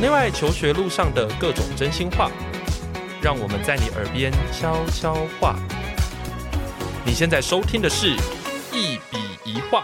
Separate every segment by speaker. Speaker 1: 内外求学路上的各种真心话，让我们在你耳边悄悄话。你现在收听的是《一笔一画》。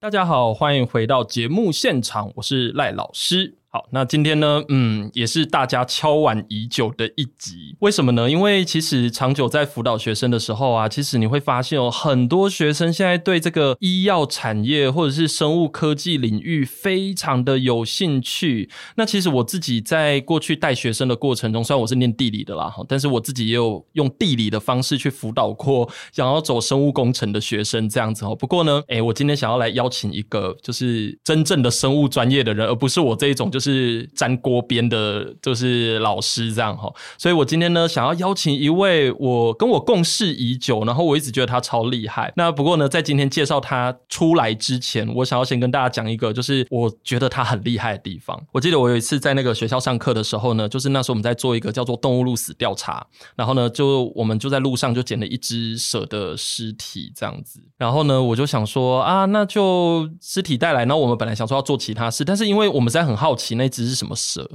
Speaker 1: 大家好，欢迎回到节目现场，我是赖老师。好，那今天呢，嗯，也是大家敲碗已久的一集。为什么呢？因为其实长久在辅导学生的时候啊，其实你会发现有很多学生现在对这个医药产业或者是生物科技领域非常的有兴趣。那其实我自己在过去带学生的过程中，虽然我是念地理的啦，哈，但是我自己也有用地理的方式去辅导过想要走生物工程的学生这样子哦。不过呢，诶，我今天想要来邀请一个就是真正的生物专业的人，而不是我这一种就是沾锅边的，就是老师这样哈。所以我今天呢，想要邀请一位我跟我共事已久，然后我一直觉得他超厉害。那不过呢，在今天介绍他出来之前，我想要先跟大家讲一个，就是我觉得他很厉害的地方。我记得我有一次在那个学校上课的时候呢，就是那时候我们在做一个叫做动物路死调查，然后呢，就我们就在路上就捡了一只蛇的尸体这样子。然后呢，我就想说啊，那就尸体带来。然后我们本来想说要做其他事，但是因为我们实在很好奇那只是什么蛇，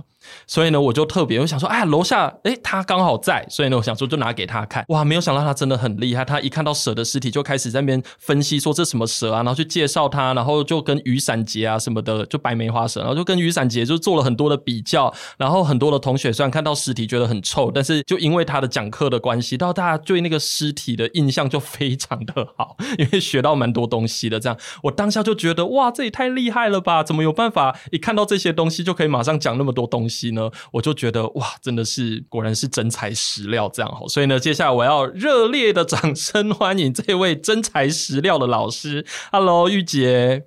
Speaker 1: 所以呢，我就特别我想说，哎呀，楼下哎他刚好在，所以呢，我想说就拿给他看。哇，没有想到他真的很厉害，他一看到蛇的尸体就开始在那边分析说这什么蛇啊，然后去介绍它，然后就跟雨伞节啊什么的，就白梅花蛇，然后就跟雨伞节就做了很多的比较。然后很多的同学虽然看到尸体觉得很臭，但是就因为他的讲课的关系，到大家对那个尸体的印象就非常的好， 因为学到蛮多东西的。这样，我当下就觉得哇，这也太厉害了吧！怎么有办法一看到这些东西就可以马上讲那么多东西呢？我就觉得哇，真的是果然是真材实料这样好。所以呢，接下来我要热烈的掌声欢迎这位真材实料的老师。Hello，玉姐。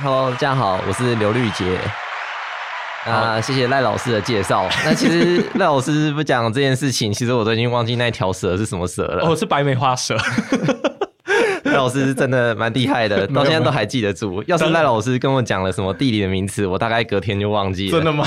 Speaker 2: Hello，大家好，我是刘绿杰。啊，谢谢赖老师的 介绍。那其实赖老师不讲这件事情，其实我都已经忘记那条蛇是什么蛇了。
Speaker 1: 哦，是白梅花蛇。
Speaker 2: 赖老师是真的蛮厉 害的，到现在都还记得住。要是赖老师跟我讲了什么地理的名词，我大概隔天就忘记了。
Speaker 1: 真的吗？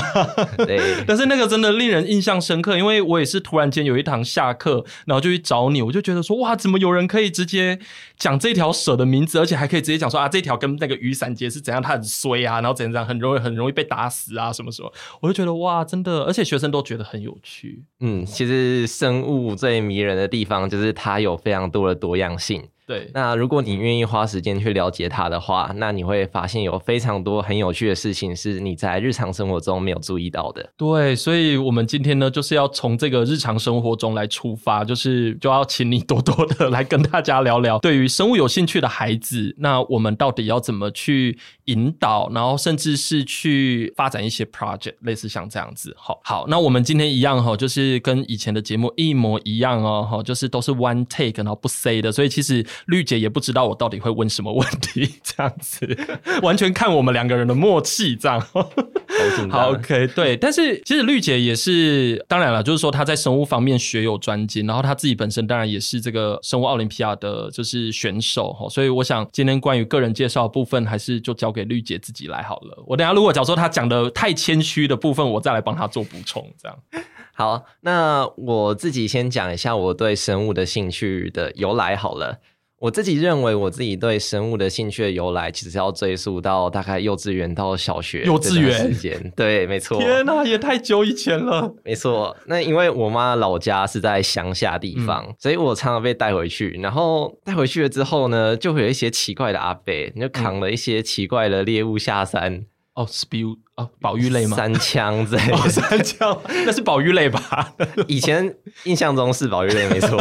Speaker 2: 对，
Speaker 1: 但是那个真的令人印象深刻，因为我也是突然间有一堂下课，然后就去找你，我就觉得说哇，怎么有人可以直接讲这条蛇的名字，而且还可以直接讲说啊，这条跟那个雨伞节是怎样，它很衰啊，然后怎样怎样，很容易很容易被打死啊，什么什么，我就觉得哇，真的，而且学生都觉得很有趣。
Speaker 2: 嗯，其实生物最迷人的地方就是它有非常多的多样性。
Speaker 1: 对，
Speaker 2: 那如果你愿意花时间去了解它的话，那你会发现有非常多很有趣的事情是你在日常生活中没有注意到的。
Speaker 1: 对，所以我们今天呢，就是要从这个日常生活中来出发，就是就要请你多多的 来跟大家聊聊，对于生物有兴趣的孩子，那我们到底要怎么去引导，然后甚至是去发展一些 project，类似像这样子。好，好，那我们今天一样哈、哦，就是跟以前的节目一模一样哦，哈、哦，就是都是 one take，然后不 say 的，所以其实绿姐也不知道我到底会问什么问题， 这样子，完全看我们两个人的默契这样。
Speaker 2: 好紧张
Speaker 1: 好，OK，对，但是其实绿姐也是，当然了，就是说她在生物方面学有专精，然后她自己本身当然也是这个生物奥林匹亚的就是选手哈，所以我想今天关于个人介绍的部分，还是就交给绿姐自己来好了。我等一下如果假如说她讲的太谦虚的部分，我再来帮她做补充，这样。
Speaker 2: 好，那我自己先讲一下我对生物的兴趣的由来好了。我自己认为，我自己对生物的兴趣的由来，其实要追溯到大概幼稚园到小学
Speaker 1: 幼稚
Speaker 2: 这
Speaker 1: 园
Speaker 2: 段时间。对，没错，
Speaker 1: 天哪、也太久以前了。
Speaker 2: 没错。那因为我妈老家是在乡下地方，
Speaker 1: 嗯
Speaker 2: 所以我常常被带回去。然后带回去了之后呢，就会有一些奇怪的阿伯，就扛了一些奇怪的猎物下山，
Speaker 1: 哦，是比如哦，宝玉类吗？
Speaker 2: 三枪之类 的。
Speaker 1: 哦，三枪，那是宝玉类吧？
Speaker 2: 以前印象中是保育类，没错。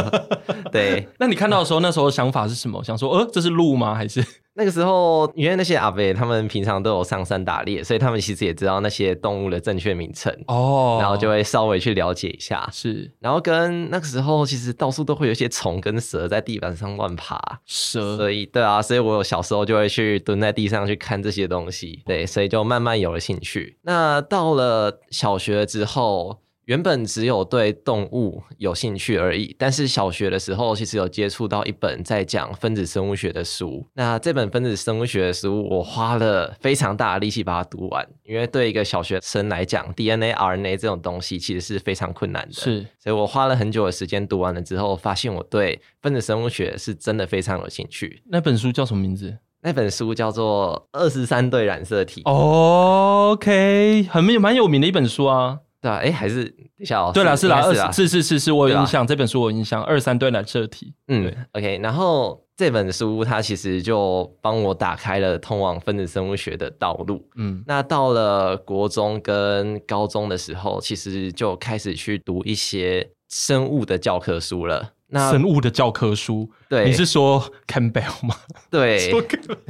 Speaker 2: 对，
Speaker 1: 那你看到的时候，那时候的想法是什么？想说，呃，这是鹿吗？还是？
Speaker 2: 那个时候，因为那些阿伯他们平常都有上山打猎，所以他们其实也知道那些动物的正确名称，
Speaker 1: 哦
Speaker 2: 然后就会稍微去了解一下。
Speaker 1: 是
Speaker 2: 然后跟那个时候，其实到处都会有一些虫跟蛇在地板上乱爬，
Speaker 1: 蛇
Speaker 2: 所以对啊，所以我有小时候就会去蹲在地上去看这些东西，对，所以就慢慢有了兴趣。那到了小学之后，原本只有对动物有兴趣而已，但是小学的时候其实有接触到一本在讲分子生物学的书。那这本分子生物学的书，我花了非常大的力气把它读完，因为对一个小学生来讲，DNA、RNA 这种东西其实是非常困难的。
Speaker 1: 是
Speaker 2: 所以我花了很久的时间读完了之后，发现我对分子生物学是真的非常有兴趣。
Speaker 1: 那本书叫什么名字？
Speaker 2: 那本书叫做《二十三对染色
Speaker 1: 哦
Speaker 2: 体》
Speaker 1: OK，很没蛮有名的一本书啊。
Speaker 2: 对啊，哎，还是等一下哦。
Speaker 1: 对啊啦，是啦，
Speaker 2: 应该
Speaker 1: 二
Speaker 2: 是啦
Speaker 1: 十，是是是是，我有
Speaker 2: 对啊
Speaker 1: 印象，这本书我有印象，二三对染色体。对
Speaker 2: 嗯，OK。然后这本书它其实就帮我打开了通往分子生物学的道路。
Speaker 1: 嗯
Speaker 2: 那到了国中跟高中的时候，其实就开始去读一些生物的教科书了。那
Speaker 1: 生物的教科书，
Speaker 2: 对，
Speaker 1: 你是说 Campbell 吗？
Speaker 2: 对
Speaker 1: 说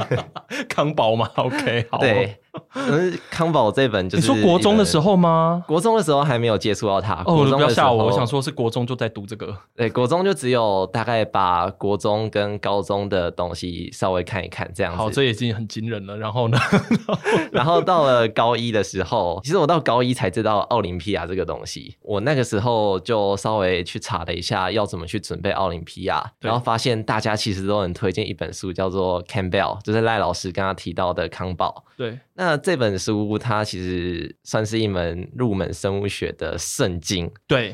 Speaker 1: 康宝吗？OK，好。
Speaker 2: 对，嗯，康宝这本就
Speaker 1: 你
Speaker 2: 是
Speaker 1: 说国中的时
Speaker 2: 候，
Speaker 1: 候吗？
Speaker 2: 国中的时候还没有接触到它。
Speaker 1: 哦，
Speaker 2: 国中
Speaker 1: 不
Speaker 2: 的
Speaker 1: 要
Speaker 2: 时
Speaker 1: 吓
Speaker 2: 候
Speaker 1: 我，我想，说是国中就在读这个。
Speaker 2: 对，国中就只有大概把国中跟高中的东西稍微看一看这样子。
Speaker 1: 好，这已经很惊人了。然后呢？
Speaker 2: 然后到了高一的时候，其实我到高一才知道奥林匹亚这个东西。我那个时候就稍微去查了一下要怎么去准备奥林匹亚，
Speaker 1: 对
Speaker 2: 然后发现大家其实都很推荐一本书，叫做《Campbell》，就是赖老师刚刚提到的康宝。
Speaker 1: 对，
Speaker 2: 那这本书它其实算是一门入门生物学的圣经，
Speaker 1: 对，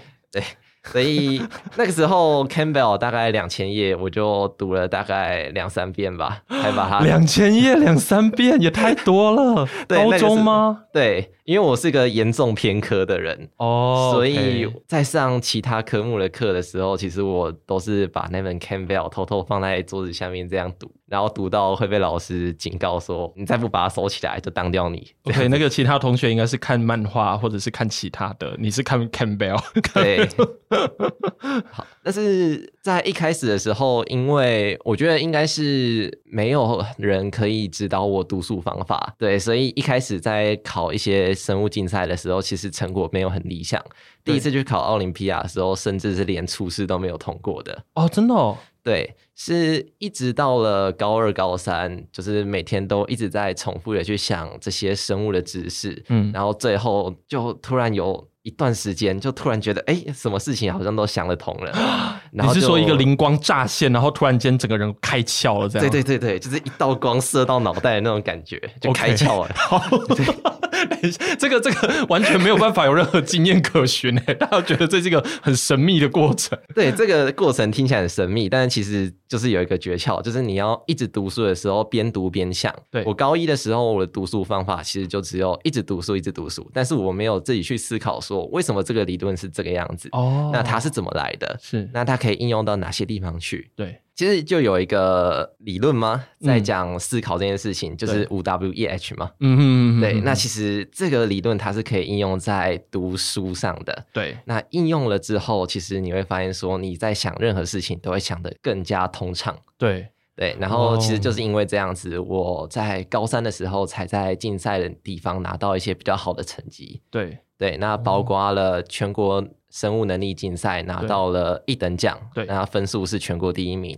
Speaker 2: 所以那个时候 Campbell 大概两千页，我就读了大概两三遍吧，才把它
Speaker 1: 两千页两三遍也太多 了。
Speaker 2: 对那
Speaker 1: 高
Speaker 2: 个是
Speaker 1: 中吗？
Speaker 2: 对，因为我是个严重偏科的人，
Speaker 1: 哦，
Speaker 2: 所
Speaker 1: OK
Speaker 2: 以在上其他科目的课的时候，其实我都是把那本 Campbell 偷偷放在桌子下面这样读，然后读到会被老师警告说，你再不把它收起来，就当掉你。
Speaker 1: OK，那个其他同学应该是看漫画或者是看其他的，你是看 Campbell。
Speaker 2: 对，好，但是在一开始的时候，因为我觉得应该是没有人可以指导我读书方法，对，所以一开始在考一些生物竞赛的时候，其实成果没有很理想。第一次去考奥林匹亚的时候，甚至是连初试都没有通过的。
Speaker 1: 哦，真的哦，
Speaker 2: 对，是一直到了高二、高三，就是每天都一直在重复的去想这些生物的知识，
Speaker 1: 嗯，
Speaker 2: 然后最后就突然有一段时间，就突然觉得，哎，什么事情好像都想得通了。
Speaker 1: 啊你
Speaker 2: 然后
Speaker 1: 是
Speaker 2: 就
Speaker 1: 说一个？灵光乍现，然后突然间整个人开窍了这样？
Speaker 2: 对对对对，就是一道光射到脑袋的那种感觉，就
Speaker 1: OK
Speaker 2: 开窍了。
Speaker 1: 好，等一下， 这个这个完全没有办法有任何经验可循诶，大家觉得这是一个很神秘的过程。
Speaker 2: 对，这个过程听起来很神秘，但是其实就是有一个诀窍，就是你要一直读书的时候边读边想。
Speaker 1: 对
Speaker 2: 我高一的时候，我的读书方法其实就只有一直读书，一直读书，但是我没有自己去思考说为什么这个理论是这个样子，
Speaker 1: 哦
Speaker 2: 那它是怎么来的，
Speaker 1: 是
Speaker 2: 那它可以应用到哪些地方去。
Speaker 1: 对
Speaker 2: 其实就有一个理论吗，在
Speaker 1: 嗯
Speaker 2: 讲思考这件事情，就是五 W E H 嘛。
Speaker 1: 嗯嗯嗯嗯
Speaker 2: 对，那
Speaker 1: 嗯
Speaker 2: 其实这个理论它是可以应用在读书上的。
Speaker 1: 对
Speaker 2: 那应用了之后，其实你会发现说，你在想任何事情都会想得更加通畅。
Speaker 1: 对
Speaker 2: 对，然
Speaker 1: 哇
Speaker 2: 后
Speaker 1: 哦
Speaker 2: 其实就是因为这样子，我在高三的时候才在竞赛的地方拿到一些比较好的成绩。
Speaker 1: 对
Speaker 2: 对，那包括了全国生物能力竞赛拿
Speaker 1: 对
Speaker 2: 到了一等奖，
Speaker 1: 对
Speaker 2: 那分数是全国第一 名，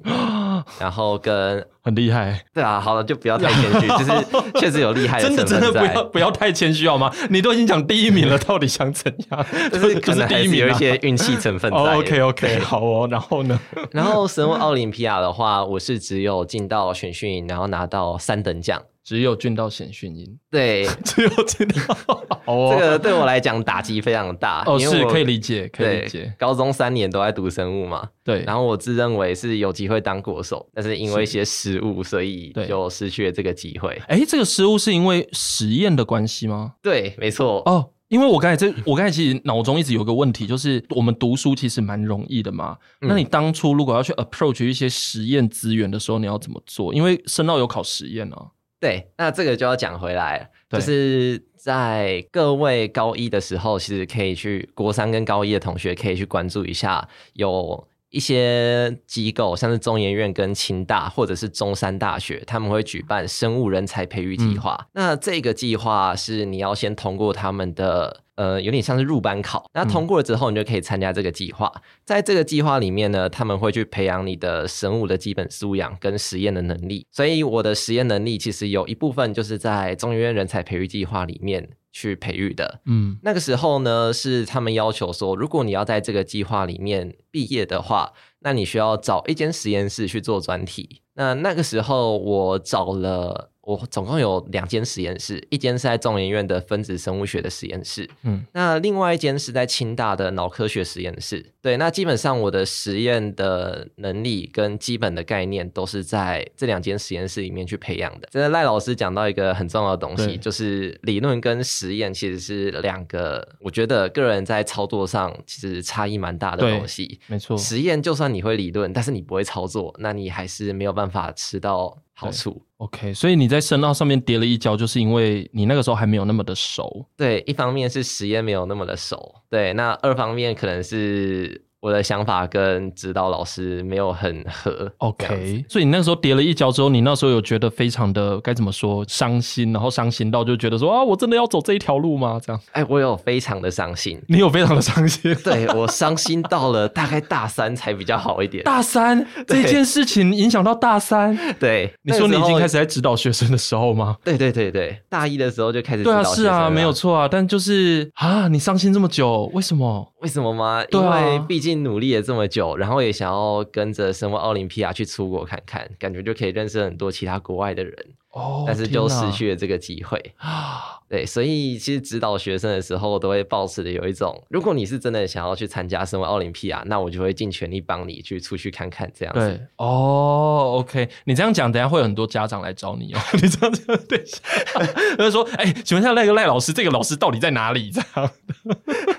Speaker 2: 然后跟
Speaker 1: 很厉害。
Speaker 2: 对啊，好了，就 不要太谦虚，就是确实有厉害
Speaker 1: 真的
Speaker 2: 的
Speaker 1: 真的
Speaker 2: 成分
Speaker 1: 不
Speaker 2: 在
Speaker 1: 要。不要太谦虚好吗？你都已经讲第一名了，到底想怎 样？
Speaker 2: 但是可能
Speaker 1: 第
Speaker 2: 还
Speaker 1: 一
Speaker 2: 是
Speaker 1: 名
Speaker 2: 有一
Speaker 1: 啊
Speaker 2: 些运气成分 在。
Speaker 1: 哦，OK
Speaker 2: 对
Speaker 1: OK，好哦。然后呢？
Speaker 2: 然后神物奥林匹亚的话，我是只有进到选训营，然后拿到三等奖。
Speaker 1: 只有俊到显训音，
Speaker 2: 对，
Speaker 1: 只有俊 到。好哦
Speaker 2: 这个对我来讲打击非常大。
Speaker 1: 哦
Speaker 2: 因为
Speaker 1: 是
Speaker 2: 我
Speaker 1: 可以理解，可以
Speaker 2: 对
Speaker 1: 理解。
Speaker 2: 高中三年都在读生物嘛，
Speaker 1: 对，
Speaker 2: 然
Speaker 1: 后
Speaker 2: 后我自认为是有机会当国手，但是因为一些失误，所以
Speaker 1: 对
Speaker 2: 就失去了这个机会。
Speaker 1: 哎，这个失误是因为实验的关系吗？
Speaker 2: 对，没错。
Speaker 1: 哦，因为我刚才这，我刚才其实脑中一直有个问题，就是我们读书其实蛮容易的嘛。
Speaker 2: 嗯
Speaker 1: 那你当初如果要去 approach 一些实验资源的时候，你要怎么做？因为深奥有考实验啊。
Speaker 2: 对，那这个就要讲回来了，就
Speaker 1: 对
Speaker 2: 是在各位高一的时候，其实可以去国三跟高一的同学可以去关注一下，有一些机构，像是中研院跟清大或者是中山大学，他们会举办生物人才培育计划。那这个计划是你要先通过他们的。呃，有点像是入班考，那通过了之后，你就可以参加这个计划。在这个计划里面呢，他们会去培养你的生物的基本素养跟实验的能力。所以我的实验能力其实有一部分就是在中研院人才培育计划里面去培育的。
Speaker 1: 嗯，
Speaker 2: 那个时候呢，是他们要求说，如果你要在这个计划里面毕业的话，那你需要找一间实验室去做专题。那那个时候我找了我总共有两间实验室，一间是在中研院的分子生物学的实验室，
Speaker 1: 嗯
Speaker 2: 嗯，那另外一间是在清大的脑科学实验室。对，那基本上我的实验的能力跟基本的概念都是在这两间实验室里面去培养的。真的，赖老师讲到一个很重要的东
Speaker 1: 对
Speaker 2: 西，就是理论跟实验其实是两个，我觉得个人在操作上其实差异蛮大的
Speaker 1: 对
Speaker 2: 东西。
Speaker 1: 没错，
Speaker 2: 实验就算你会理论，但是你不会操作，那你还是没有办法吃到好处。
Speaker 1: OK，所以你在深奥上面跌了一跤，就是因为你那个时候还没有那么的熟。
Speaker 2: 对，一方面是实验没有那么的熟，对，那二方面可能是我的想法跟指导老师没有很合。这样子
Speaker 1: OK，所以你那个时候跌了一跤之后，你那时候有觉得非常的该怎么说伤心，然后伤心到就觉得说啊，我真的要走这一条路吗？ 这样，
Speaker 2: 哎，我有非常的伤心，
Speaker 1: 你有非常的伤心。
Speaker 2: 对我伤心到了大概大三才比较好一点。
Speaker 1: 大三这
Speaker 2: 对
Speaker 1: 件事情影响到大 三，
Speaker 2: 对，
Speaker 1: 你说你已
Speaker 2: 那个时候
Speaker 1: 经开始在指导学生的时候吗？
Speaker 2: 对对对对，大一的时候就开始
Speaker 1: 对啊，
Speaker 2: 指导
Speaker 1: 是
Speaker 2: 学生
Speaker 1: 啊，
Speaker 2: 了
Speaker 1: 没有错啊，但就是啊，你伤心这么久，为什么？
Speaker 2: 为什么吗？
Speaker 1: 对
Speaker 2: 因
Speaker 1: 啊
Speaker 2: 为毕竟努力了这么久，然后也想要跟着什么奥林匹亚去出国看看，感觉就可以认识很多其他国外的人，
Speaker 1: 哦，
Speaker 2: 但是就
Speaker 1: 天哪
Speaker 2: 失 去 了这个机会。
Speaker 1: 啊，
Speaker 2: 对，所以其实指导学生的时候，都会抱持的有一种，如果你是真的想要去参加什么奥林匹亚，那我就会尽全力帮你去出去看看这样子。
Speaker 1: 对，哦，OK，你这样讲，等一下会有很多家长来找你哦。 你这样讲，对， 他就说，哎、请问一下那个赖老师，这个老师到底在哪里？这样，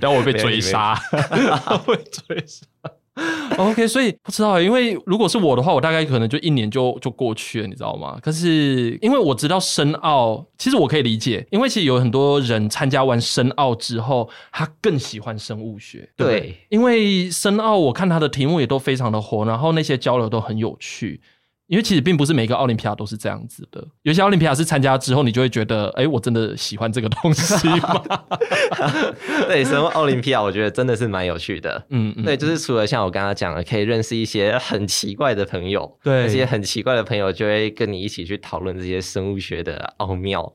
Speaker 1: 然后我被追杀，会追杀。OK，所以不知道欸，因为如果是我的话，我大概可能就一年就就过去了，你知道吗？可是因为我知道申奥，其实我可以理解，因为其实有很多人参加完申奥之后，他更喜欢生物学，对不对
Speaker 2: 对
Speaker 1: 因为深奥，我看它的题目也都非常的火，然后那些交流都很有趣。因为其实并不是每个奥林匹亚都是这样子的，有些奥林匹亚是参加之后，你就会觉得，哎、我真的喜欢这个东西 吗？
Speaker 2: 对，什么奥林匹亚，我觉得真的是蛮有趣的。
Speaker 1: 嗯嗯，
Speaker 2: 对，就是除了像我刚刚讲的，可以认识一些很奇怪的朋友，
Speaker 1: 对
Speaker 2: 那些很奇怪的朋友就会跟你一起去讨论这些生物学的奥妙。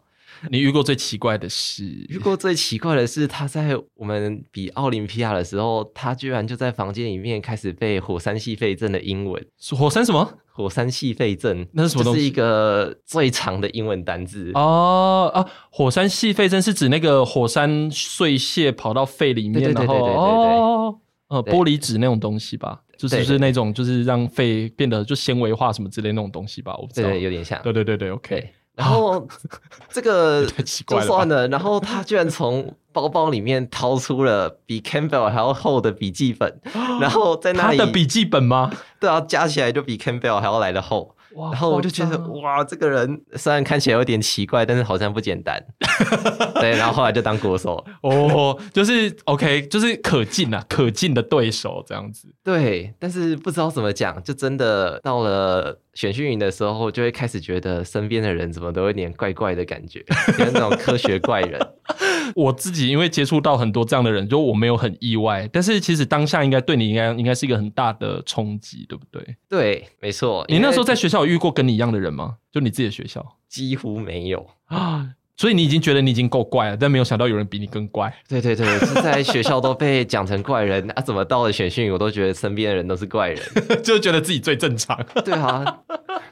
Speaker 1: 你遇过最奇怪的事？
Speaker 2: 不过最奇怪的是，他在我们比奥林匹亚的时候，他居然就在房间里面开始背火山系肺症的英文。
Speaker 1: 火山什么？
Speaker 2: 火山系肺症
Speaker 1: 那是什么东西
Speaker 2: 这是一个最长的英文单字。
Speaker 1: 哦啊，火山细肺针是指那个火山碎屑跑到肺里面，
Speaker 2: 对对
Speaker 1: 然
Speaker 2: 对对
Speaker 1: 后
Speaker 2: 对对
Speaker 1: 哦，呃，
Speaker 2: 对
Speaker 1: 玻璃纸那种东西吧，就是
Speaker 2: 对
Speaker 1: 就
Speaker 2: 对
Speaker 1: 是那种就是让肺变得就纤维化什么之类那种东西吧，我不知
Speaker 2: 对
Speaker 1: 道。
Speaker 2: 对，有点像。
Speaker 1: 对对对对，OK
Speaker 2: 对。然后这个
Speaker 1: 太奇怪
Speaker 2: 就
Speaker 1: 了吧
Speaker 2: 算了，然后他居然从包包里面掏出了比 Campbell 还要厚的笔 记本，然后在那
Speaker 1: 他
Speaker 2: 里
Speaker 1: 的笔记本吗？
Speaker 2: 对啊，加起来就比 Campbell 还要来的厚。
Speaker 1: 哇
Speaker 2: 然后我就觉得，
Speaker 1: 啊
Speaker 2: 哇，这个人虽然看起来有点奇怪，但是好像不 简单。对，然后后来就当国手。
Speaker 1: 哦，就是 OK，就是可敬啊，可敬的对手这样子。
Speaker 2: 对，但是不知道怎么讲，就真的到了选训营的时候，就会开始觉得身边的人怎么都有点怪怪的感觉，有那种科学怪人。
Speaker 1: 我自己因为接触到很多这样的人，就我没有很意外，但是其实当下应该对你应该应该是一个很大的冲击，对不对？
Speaker 2: 对，没错。
Speaker 1: 你
Speaker 2: 因为
Speaker 1: 那时候在学校有遇过跟你一样的人吗？就你自己的学校
Speaker 2: 几乎没有。
Speaker 1: 啊？所以你已经觉得你已经够怪了，但没有想到有人比你更怪。
Speaker 2: 对对对，是在学校都被讲成怪人啊，怎么到了选训，我都觉得身边的人都是怪人。
Speaker 1: 就觉得自己最正 常，
Speaker 2: 对啊，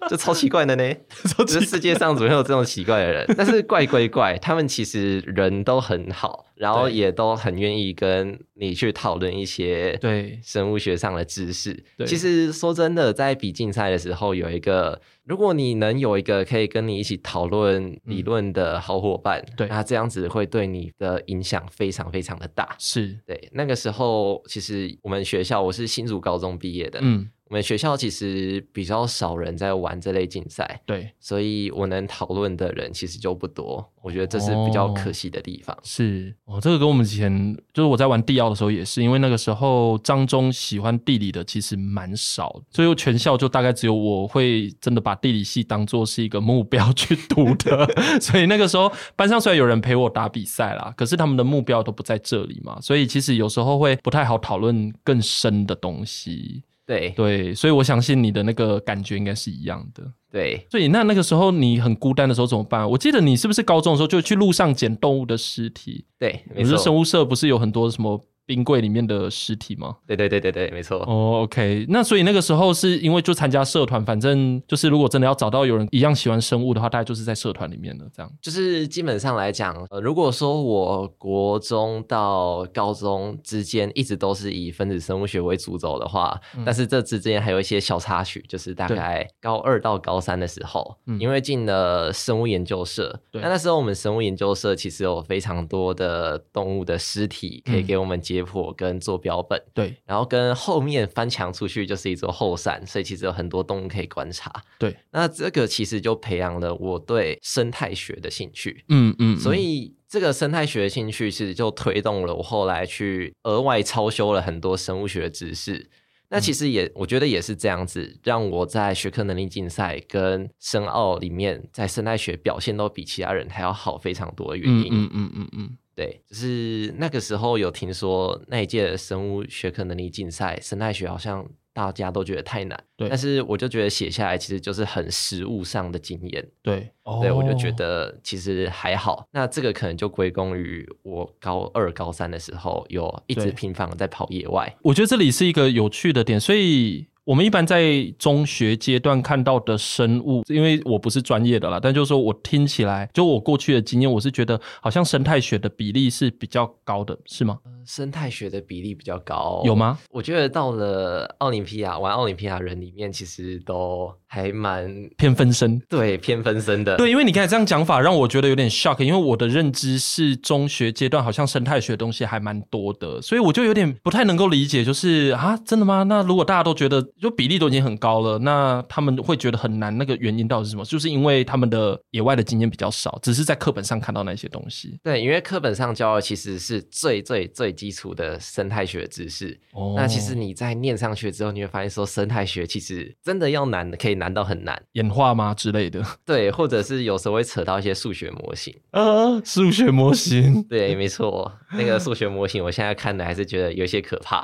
Speaker 2: 就超奇怪的呢。
Speaker 1: 超级
Speaker 2: 这世界上怎么会有这种奇怪的人？但是怪归怪，他们其实人都很好，然后
Speaker 1: 对
Speaker 2: 也都很愿意跟你去讨论一些
Speaker 1: 对
Speaker 2: 生物学上的知识
Speaker 1: 对。
Speaker 2: 其实说真的，在比竞赛的时候，有一个，如果你能有一个可以跟你一起讨论理论的好伙伴，
Speaker 1: 嗯对
Speaker 2: 那这样子会对你的影响非常非常的大。
Speaker 1: 是，
Speaker 2: 对，那个时候其实我们学校，我是新竹高中毕业的，
Speaker 1: 嗯，
Speaker 2: 我们学校其实比较少人在玩这类竞赛。
Speaker 1: 对
Speaker 2: 所以我能讨论的人其实就不多，我觉得这是比
Speaker 1: 哦
Speaker 2: 较可惜的地方。
Speaker 1: 是哦，这个跟我们以前就是我在玩地奥的时候也是，因为那个时候张忠喜欢地理的其实蛮少，所以全校就大概只有我会真的把地理系当做是一个目标去读的，所以那个时候班上虽然有人陪我打比赛啦，可是他们的目标都不在这里嘛，所以其实有时候会不太好讨论更深的东西。
Speaker 2: 对
Speaker 1: 对，所以我相信你的那个感觉应该是一样的。
Speaker 2: 对，
Speaker 1: 所以那那个时候你很孤单的时候怎么办？啊我记得你是不是高中的时候就去路上捡动物的尸体？
Speaker 2: 对，
Speaker 1: 我
Speaker 2: 没
Speaker 1: 们
Speaker 2: 错。
Speaker 1: 生物社不是有很多什么冰柜里面的尸体吗？
Speaker 2: 对对对对对，没错。
Speaker 1: 哦、o k 那所以那个时候是因为就参加社团，反正就是如果真的要找到有人一样喜欢生物的话，大概就是在社团里面的这样。
Speaker 2: 就是基本上来讲，呃，如果说我国中到高中之间一直都是以分子生物学为主轴的话，
Speaker 1: 嗯
Speaker 2: 但是这之间还有一些小插曲，就是大
Speaker 1: 对
Speaker 2: 概高二到高三的时候，
Speaker 1: 嗯
Speaker 2: 因为进了生物研究社，
Speaker 1: 对
Speaker 2: 那那时候我们生物研究社其实有非常多的动物的尸体可以
Speaker 1: 嗯
Speaker 2: 给我们解剖跟做标本。
Speaker 1: 对
Speaker 2: 然后跟后面翻墙出去就是一座后山，所以其实有很多动物可以观察。
Speaker 1: 对，
Speaker 2: 那这个其实就培养了我对生态学的兴趣，
Speaker 1: 嗯嗯，
Speaker 2: 所以这个生态学的兴趣其实就推动了我后来去额外超修了很多生物学的知识。那
Speaker 1: 嗯
Speaker 2: 其实也，我觉得也是这样子，让我在学科能力竞赛跟深奥里面，在生态学表现都比其他人还要好非常多的原
Speaker 1: 嗯
Speaker 2: 因。
Speaker 1: 嗯嗯嗯嗯，
Speaker 2: 对，就是那个时候有听说那一届的生物学科能力竞赛，生态学好像大家都觉得太难，
Speaker 1: 对
Speaker 2: 但是我就觉得写下来其实就是很实物上的经验，
Speaker 1: 对，
Speaker 2: 对
Speaker 1: 哦
Speaker 2: 我就觉得其实还好。那这个可能就归功于我高二、高三的时候有一直
Speaker 1: 对
Speaker 2: 频繁的在跑野外，
Speaker 1: 我觉得这里是一个有趣的点，所以我们一般在中学阶段看到的生物，因为我不是专业的啦，但就是说我听起来，就我过去的经验，我是觉得好像生态学的比例是比较高的，是吗？
Speaker 2: 呃生态学的比例比较高，
Speaker 1: 有？吗？
Speaker 2: 我觉得到了奥林匹亚玩奥林匹亚人里面，其实都还蛮
Speaker 1: 偏分身。
Speaker 2: 对偏分身的，
Speaker 1: 对，因为你刚才这样讲法，让我觉得有点 shock，因为我的认知是中学阶段好像生态学的东西还蛮多的，所以我就有点不太能够理解，就是啊，真的吗？那如果大家都觉得就比例都已经很高了，那他们会觉得很难，那个原因到底是什么？就是因为他们的野外的经验比较少，只是在课本上看到那些东西。
Speaker 2: 对，因为课本上教的其实是最最最基础的生态学知识。
Speaker 1: 哦
Speaker 2: 那其实你在念上去之后，你会发现说生态学其实真的要难，可以难到很难。
Speaker 1: 演化吗之类的？
Speaker 2: 对，或者是有时候会扯到一些数学模型。
Speaker 1: 呃，数学模 型。
Speaker 2: 对，没错，那个数学模型我现在看的还是觉得有一些可怕。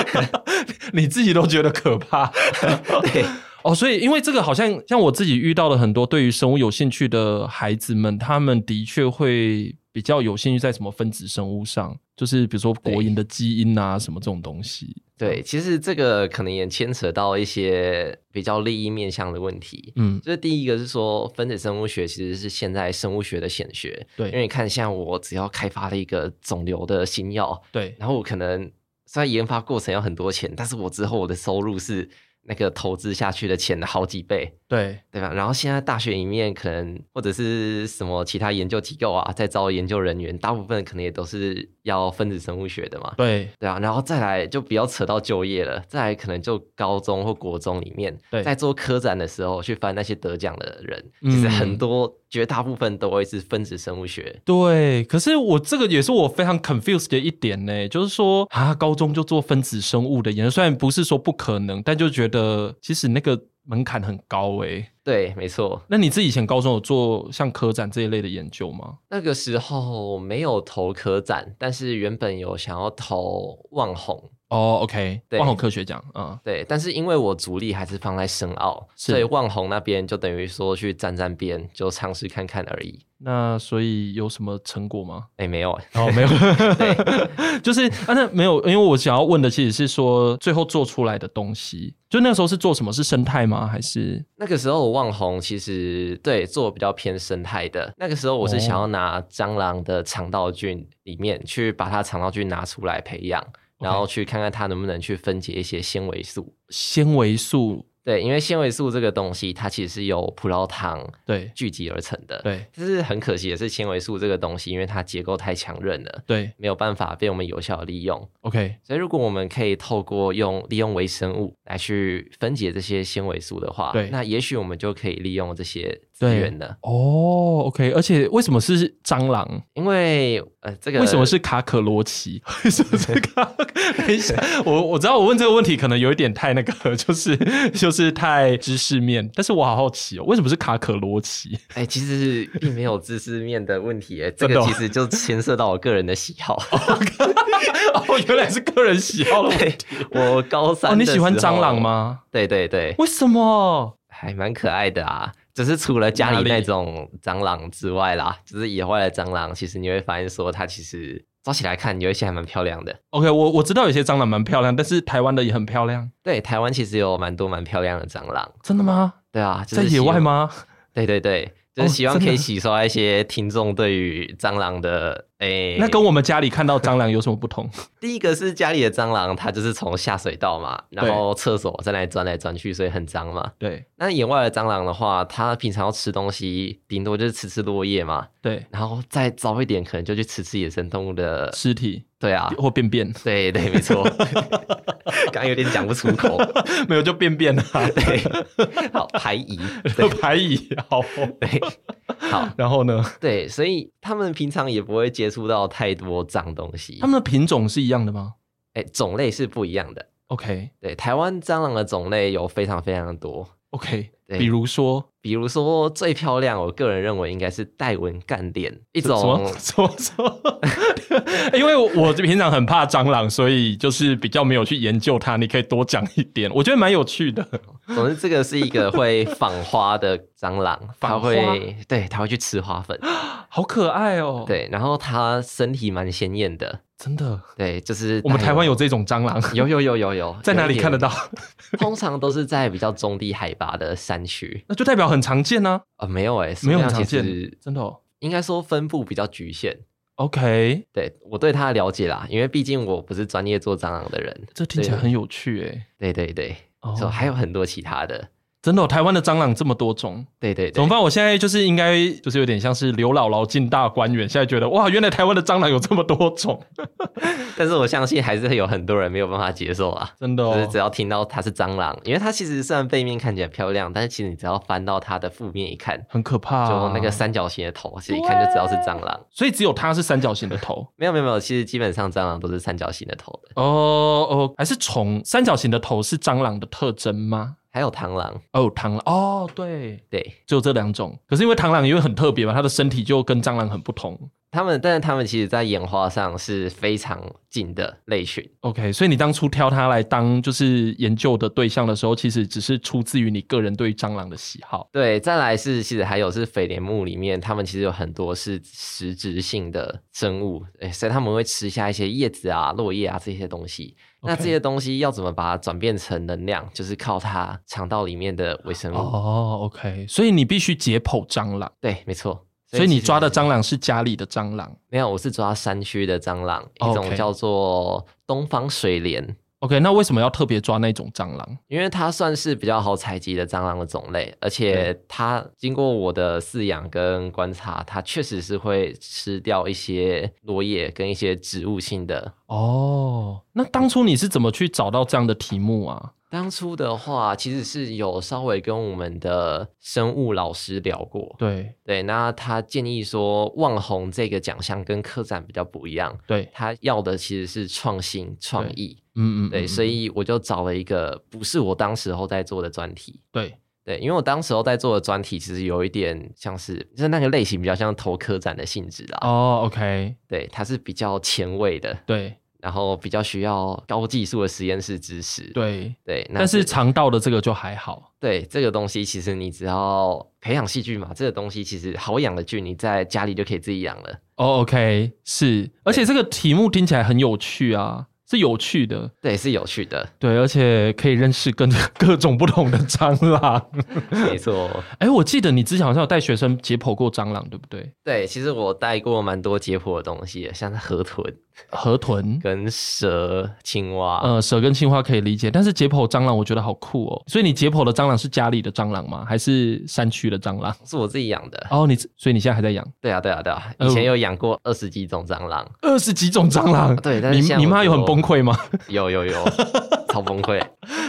Speaker 1: 你自己都觉得可怕。
Speaker 2: 对，
Speaker 1: 哦，所以因为这个好像像我自己遇到的很多对于生物有兴趣的孩子们，他们的确会比较有兴趣在什么分子生物上，就是比如说国营的基因啊什么这种东西。
Speaker 2: 对，其实这个可能也牵扯到一些比较利益面向的问题。
Speaker 1: 嗯，
Speaker 2: 就是第一个是说，分子生物学其实是现在生物学的显学，因为
Speaker 1: 对
Speaker 2: 你看，像我只要开发了一个肿瘤的新药，
Speaker 1: 对
Speaker 2: 然后我可能虽然研发过程要很多钱，但是我之后我的收入是那个投资下去的钱的好几倍，
Speaker 1: 对，
Speaker 2: 对吧？然后现在大学里面可能或者是什么其他研究机构啊，在招研究人员，大部分可能也都是要分子生物学的嘛。
Speaker 1: 对
Speaker 2: 对啊，然后再来就不要扯到就业了，再来可能就高中或国中里面，
Speaker 1: 对
Speaker 2: 在做科展的时候去翻那些得奖的人，其实
Speaker 1: 嗯
Speaker 2: 很多绝大部分都会是分子生物学
Speaker 1: 对。可是我这个也是我非常 confused 的一点呢，就是说啊，高中就做分子生物的研究，虽然不是说不可能，但就觉得其实那个门槛很高诶。
Speaker 2: 对，没错，
Speaker 1: 那你自己以前高中有做像科展这一类的研究吗？
Speaker 2: 那个时候没有投科展，但是原本有想要投望红，
Speaker 1: 哦、o k
Speaker 2: 对
Speaker 1: 万宏科学奖啊、
Speaker 2: 对，但是因为我主力还是放在深奥，
Speaker 1: 是
Speaker 2: 所以望红那边就等于说去沾沾边，就尝试看看而已。
Speaker 1: 那所以有什么成果吗？
Speaker 2: 哎，没有，
Speaker 1: 哦，没有，就是啊，那没有，因为我想要问的其实是说，最后做出来的东西，就那时候是做什么？是生态吗？还是
Speaker 2: 那个时候望红其实对做比较偏生态的。那个时候我是想要拿蟑螂的肠道菌里面去把它肠道菌拿出来培养，然后去看看它能不能去分解一些纤维素。
Speaker 1: 纤维素？
Speaker 2: 对，因为纤维素这个东西，它其实是由葡萄糖
Speaker 1: 对
Speaker 2: 聚集而成的。
Speaker 1: 对
Speaker 2: 但是很可惜的是，纤维素这个东西，因为它结构太强韧了，
Speaker 1: 对
Speaker 2: 没有办法被我们有效地利用。
Speaker 1: ，OK，
Speaker 2: 所以，如果我们可以透过用利用微生物来去分解这些纤维素的话，
Speaker 1: 对
Speaker 2: 那也许我们就可以利用这些资源了。
Speaker 1: 哦，OK，而且为什么是蟑螂？
Speaker 2: 因为呃，这 个
Speaker 1: 为什么是卡可罗奇？ 为什么是卡？等一下，我我知道我问这个问题可能有一点太那个， 就是就是太知识面，但是我好好奇哦，为什么是卡可罗奇？
Speaker 2: 哎、其实是并没有知识面的问题， 哎，这
Speaker 1: 真的
Speaker 2: 个
Speaker 1: 哦
Speaker 2: 其实就牵涉到我个人的喜 好。
Speaker 1: 哦，原来是个人喜好的 问题。
Speaker 2: 我高三
Speaker 1: 哦，你
Speaker 2: 的
Speaker 1: 喜欢
Speaker 2: 时候
Speaker 1: 蟑螂？吗？
Speaker 2: 对对对，
Speaker 1: 为什么？
Speaker 2: 还蛮可爱的啊。只是除了家
Speaker 1: 哪
Speaker 2: 里
Speaker 1: 里
Speaker 2: 那种蟑螂之外啦，就是野外的蟑螂，其实你会发现说它其实抓起来看，有一些还蛮漂亮的。
Speaker 1: OK，我我知道有些蟑螂蛮漂亮，但是台湾的也很漂亮。
Speaker 2: 对，台湾其实有蛮多蛮漂亮的蟑螂。
Speaker 1: 真的吗？
Speaker 2: 对啊，就是
Speaker 1: 在
Speaker 2: 希
Speaker 1: 野
Speaker 2: 望
Speaker 1: 外？吗？
Speaker 2: 对对对，就
Speaker 1: 哦
Speaker 2: 是希望
Speaker 1: 真
Speaker 2: 可
Speaker 1: 的
Speaker 2: 以洗刷一些听众对于蟑螂的诶。
Speaker 1: 那跟我们家里看到蟑螂有什么不同？
Speaker 2: 第一个是家里的蟑螂，它就是从下水道嘛，然后厕所在那里钻来钻去，所以很脏嘛。
Speaker 1: 对
Speaker 2: 那野外的蟑螂的话，它平常要吃东西，顶多就是吃吃落叶嘛，
Speaker 1: 对，
Speaker 2: 然后再糟一点，可能就去吃吃野生动物的。
Speaker 1: 尸体
Speaker 2: 对啊，
Speaker 1: 或便便，
Speaker 2: 对对，没错。刚刚有点讲不出 口。
Speaker 1: 没有就便便啊，
Speaker 2: 对，好排遗。
Speaker 1: 排蚁好哦。
Speaker 2: 对，好
Speaker 1: 然后呢？
Speaker 2: 对，所以他们平常也不会接触到太多脏东西。
Speaker 1: 它们的品种是一样的吗
Speaker 2: 哎，种类是不一样的。
Speaker 1: ？OK
Speaker 2: 对，台湾蟑螂的种类有非常非常多。
Speaker 1: OK，
Speaker 2: 对
Speaker 1: 比如说
Speaker 2: 比如说最漂亮，我个人认为应该是带纹干脸一
Speaker 1: 什么
Speaker 2: 种，
Speaker 1: 什 么什么？因为我我平常很怕蟑螂，所以就是比较没有去研究它。你可以多讲一点，我觉得蛮有趣的。
Speaker 2: 总之这个是一个会访花的 蟑螂，它
Speaker 1: 访花
Speaker 2: 会对它会去吃花粉，
Speaker 1: 好可爱哦！，
Speaker 2: 对，然后它身体蛮鲜艳的，
Speaker 1: 真的，
Speaker 2: 对，就是
Speaker 1: 我们
Speaker 2: 带
Speaker 1: 台湾
Speaker 2: 纹
Speaker 1: 有这种蟑 螂，
Speaker 2: 有有有有有，
Speaker 1: 在哪里看得
Speaker 2: 到？
Speaker 1: 到？
Speaker 2: 通常都是在比较中低海拔的山区
Speaker 1: 那就代表很常见啊，
Speaker 2: 啊、呃没有哎、数
Speaker 1: 没有很
Speaker 2: 量
Speaker 1: 常
Speaker 2: 其
Speaker 1: 见
Speaker 2: 实，
Speaker 1: 真的、哦。
Speaker 2: 应该说分布比较局限。
Speaker 1: OK，
Speaker 2: 对我对它的了解啦，因为毕竟我不是专业做蟑螂的人。
Speaker 1: 这听起来很有趣诶。
Speaker 2: 对对对，
Speaker 1: 哦
Speaker 2: 所以还有很多其他的。
Speaker 1: 真的、哦，台湾的蟑螂这么多种，
Speaker 2: 对对
Speaker 1: 怎
Speaker 2: 对
Speaker 1: 么，办？我现在就是应该就是有点像是刘姥姥进大观园，现在觉得哇，原来台湾的蟑螂有这么多种，
Speaker 2: 但是我相信还是有很多人没有办法接受啊。
Speaker 1: 真的
Speaker 2: 就
Speaker 1: 哦
Speaker 2: 是。只要听到它是蟑螂，因为它其实虽然背面看起来漂亮，但是其实你只要翻到它的负面一看，
Speaker 1: 很可怕、啊
Speaker 2: 就那个，三角形的头，其实一看就知道是蟑螂。
Speaker 1: 所以只有它是三角形的头
Speaker 2: 没有没有没有，其实基本上蟑螂都是三角形的头 的，
Speaker 1: 哦哦，还是虫？三角形的头是蟑螂的特征吗？
Speaker 2: 还有螳螂。
Speaker 1: 哦，螳螂哦，对，
Speaker 2: 对，
Speaker 1: 只有这两种。可是因为螳螂因为很特别嘛，它的身体就跟蟑螂很不同。
Speaker 2: 他们，但是他们其实在演化上是非常近的类群。
Speaker 1: OK，所以你当初挑它来当就是研究的对象的时候，其实只是出自于你个人对于蟑螂的喜好。
Speaker 2: 对，再来是其实还有是斐莲目里面，他们其实有很多是食质性的生物，诶所以他们会吃下一些叶子啊、落叶啊这些东西。那
Speaker 1: OK
Speaker 2: 这些东西要怎么把它转变成能量，就是靠它肠道里面的微生物。
Speaker 1: 哦，OK，所以你必须解剖蟑螂，
Speaker 2: 对，没错。
Speaker 1: 所以
Speaker 2: 其
Speaker 1: 你
Speaker 2: 实
Speaker 1: 抓的蟑螂是家里的蟑螂。
Speaker 2: 没有，我是抓山区的蟑螂，一种
Speaker 1: OK
Speaker 2: 叫做东方水莲。
Speaker 1: OK，那为什么要特别抓那种蟑螂？
Speaker 2: 因为它算是比较好采集的蟑螂的种类，而且它经过我的饲养跟观察，它确实是会吃掉一些落叶跟一些植物性的。
Speaker 1: 哦，那当初你是怎么去找到这样的题目啊？
Speaker 2: 当初的话，其实是有稍微跟我们的生物老师聊过，
Speaker 1: 对
Speaker 2: 对，那他建议说，望红这个奖项跟科展比较不一样，
Speaker 1: 对，
Speaker 2: 他要的其实是创新创意，
Speaker 1: 嗯嗯，
Speaker 2: 对，
Speaker 1: 嗯
Speaker 2: 所
Speaker 1: 嗯
Speaker 2: 以我就找了一个不是我当时候在做的专题，
Speaker 1: 对
Speaker 2: 对，因为我当时候在做的专题，其实有一点像是，就是那个类型比较像投科展的性质啦。
Speaker 1: 哦，OK，
Speaker 2: 对，它是比较前卫的，
Speaker 1: 对
Speaker 2: 然后比较需要高技术的实验室知识。
Speaker 1: 对，
Speaker 2: 对，那
Speaker 1: 但是
Speaker 2: 这
Speaker 1: 肠道的这个就还好，
Speaker 2: 对这个东西，其实你只要培养细菌嘛，这个东西其实好养的菌，你在家里就可以自己养了。
Speaker 1: 哦，OK，是，而且这个题目听起来很有趣啊，是有趣的，
Speaker 2: 对，是有趣 的，
Speaker 1: 对，而且可以认识更 各种不同的蟑螂。
Speaker 2: 没错。
Speaker 1: 哎，我记得你之前好像有带学生解剖过蟑螂，对不对？
Speaker 2: 对，其实我带过蛮多解剖的东西的，像是河豚、
Speaker 1: 河豚。
Speaker 2: 跟蛇、青蛙。
Speaker 1: 呃，蛇跟青蛙可以理解，但是解剖蟑螂我觉得好酷哦。所以你解剖的蟑螂是家里的蟑螂吗？还是山区的蟑螂？
Speaker 2: 是我自己养的，
Speaker 1: 哦，你所以你现在还在养
Speaker 2: 对啊，对啊，对啊，
Speaker 1: 呃
Speaker 2: 以前有养过二十几种蟑螂，
Speaker 1: 二十几种蟑螂？
Speaker 2: 对但是现
Speaker 1: 你
Speaker 2: 在
Speaker 1: 你
Speaker 2: 我
Speaker 1: 妈有
Speaker 2: 就
Speaker 1: 很崩溃吗？
Speaker 2: 有有有，超崩溃。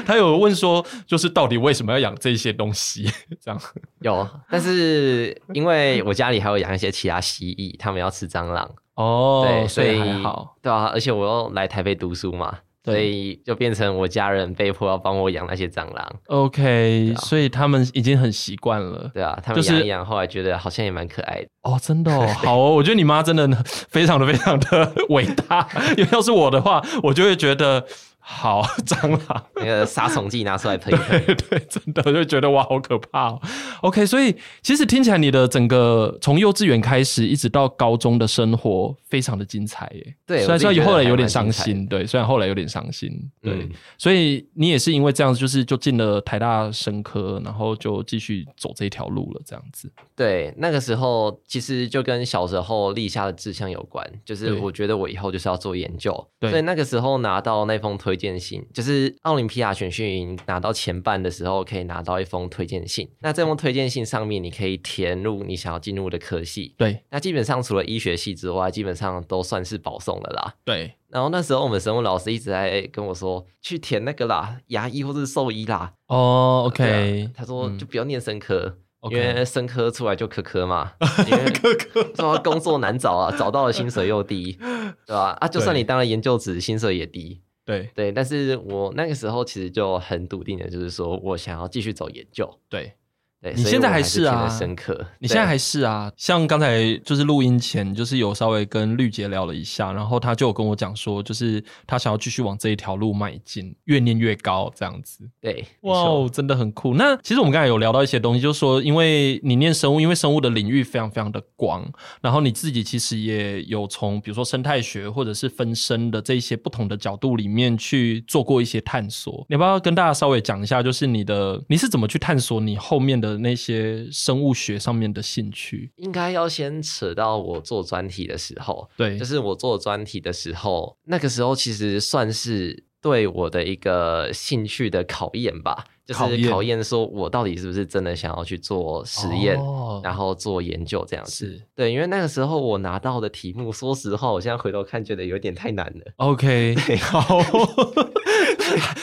Speaker 1: 她有问说，就是到底为什么要养这些东西？ 这样
Speaker 2: 有，但是因为我家里还有养一些其他蜥蜴，他们要吃蟑螂，
Speaker 1: 哦，
Speaker 2: 对，
Speaker 1: 所
Speaker 2: 所
Speaker 1: 以
Speaker 2: 以
Speaker 1: 还好。，
Speaker 2: 对啊，而且我又来台北读书嘛，
Speaker 1: 对
Speaker 2: 所以就变成我家人被迫要帮我养那些蟑螂，
Speaker 1: OK，、
Speaker 2: 啊
Speaker 1: 所以他们已经很习惯了。
Speaker 2: 对啊，他们
Speaker 1: 就是
Speaker 2: 养一养，后来觉得好像也蛮可爱的，
Speaker 1: 哦，真的哦，好哦，我觉得你 妈真的非常的非常的伟大，因为要是我的话，我就会觉得。好 蟑螂。
Speaker 2: 那个杀虫剂拿出来喷一喷。
Speaker 1: 对对，真的我就觉得哇，好可怕哦。OK，所以其实听起来你的整个从幼稚园开始一直到高中的生活非常的精彩耶。
Speaker 2: 对
Speaker 1: 虽然
Speaker 2: 我自己
Speaker 1: 说
Speaker 2: 觉得
Speaker 1: 后来有
Speaker 2: 还
Speaker 1: 点
Speaker 2: 蛮
Speaker 1: 伤
Speaker 2: 精彩的
Speaker 1: 心，对，虽然后来有点伤心， 对，
Speaker 2: 嗯
Speaker 1: 所以你也是因为这样子，就是就进了台大生科，然后就继续走这一条路了，这样子。
Speaker 2: 对，那个时候其实就跟小时候立下的志向有关，就是
Speaker 1: 对
Speaker 2: 我觉得我以后就是要做研究。
Speaker 1: 对
Speaker 2: 所以那个时候拿到那封推荐信，就是奥林匹亚选训营拿到前半的时候，可以拿到一封推荐信。那这封推荐信上面，你可以填入你想要进入的科系。
Speaker 1: 对
Speaker 2: 那基本上除了医学系之外，基本上都算是保送的啦。
Speaker 1: 对，
Speaker 2: 然后那时候我们生物老师一直在跟我说，去填那个啦，牙医或是兽医啦。
Speaker 1: 哦，OK，、嗯
Speaker 2: 对啊他说就不要念生科，因为生科出来就科科嘛， 因为科科说工作难找啊，找到了薪水 又低，对吧、啊？就算
Speaker 1: 对
Speaker 2: 你当了研究职，薪水也低。
Speaker 1: 对
Speaker 2: 对，但是我那个时候其实就很笃定的，就是说我想要继续走研究。
Speaker 1: 对。
Speaker 2: 对，
Speaker 1: 你
Speaker 2: 所以
Speaker 1: 现在
Speaker 2: 我
Speaker 1: 还
Speaker 2: 还
Speaker 1: 是
Speaker 2: 填
Speaker 1: 啊
Speaker 2: 了生科，
Speaker 1: 你现在
Speaker 2: 对
Speaker 1: 还是啊，像刚才就是录音前，就是有稍微跟绿姐聊了一下，然后她就有跟我讲说，就是她想要继续往这一条路迈进，越念越高这样子。
Speaker 2: 对，没
Speaker 1: 哇
Speaker 2: 错
Speaker 1: 哦，真的很酷。那其实我们刚才有聊到一些东西，就是说，因为你念生物，因为生物的领域非常非常的广，然后你自己其实也有从比如说生态学或者是分身的这一些不同的角度里面去做过一些探索。你要不要跟大家稍微讲一下，就是你的你是怎么去探索你后面的那些生物学上面的兴趣？
Speaker 2: 应该要先扯到我做专题的时候，
Speaker 1: 对，
Speaker 2: 就是我做专题的时候，那个时候其实算是对我的一个兴趣的考验吧，就
Speaker 1: 考验
Speaker 2: 是考验说我到底是不是真的想要去做实验，
Speaker 1: 哦
Speaker 2: 然后做研究这样子
Speaker 1: 是。
Speaker 2: 对，因为那个时候我拿到的题目，说实话，我现在回头看觉得有点太难了。
Speaker 1: OK，好，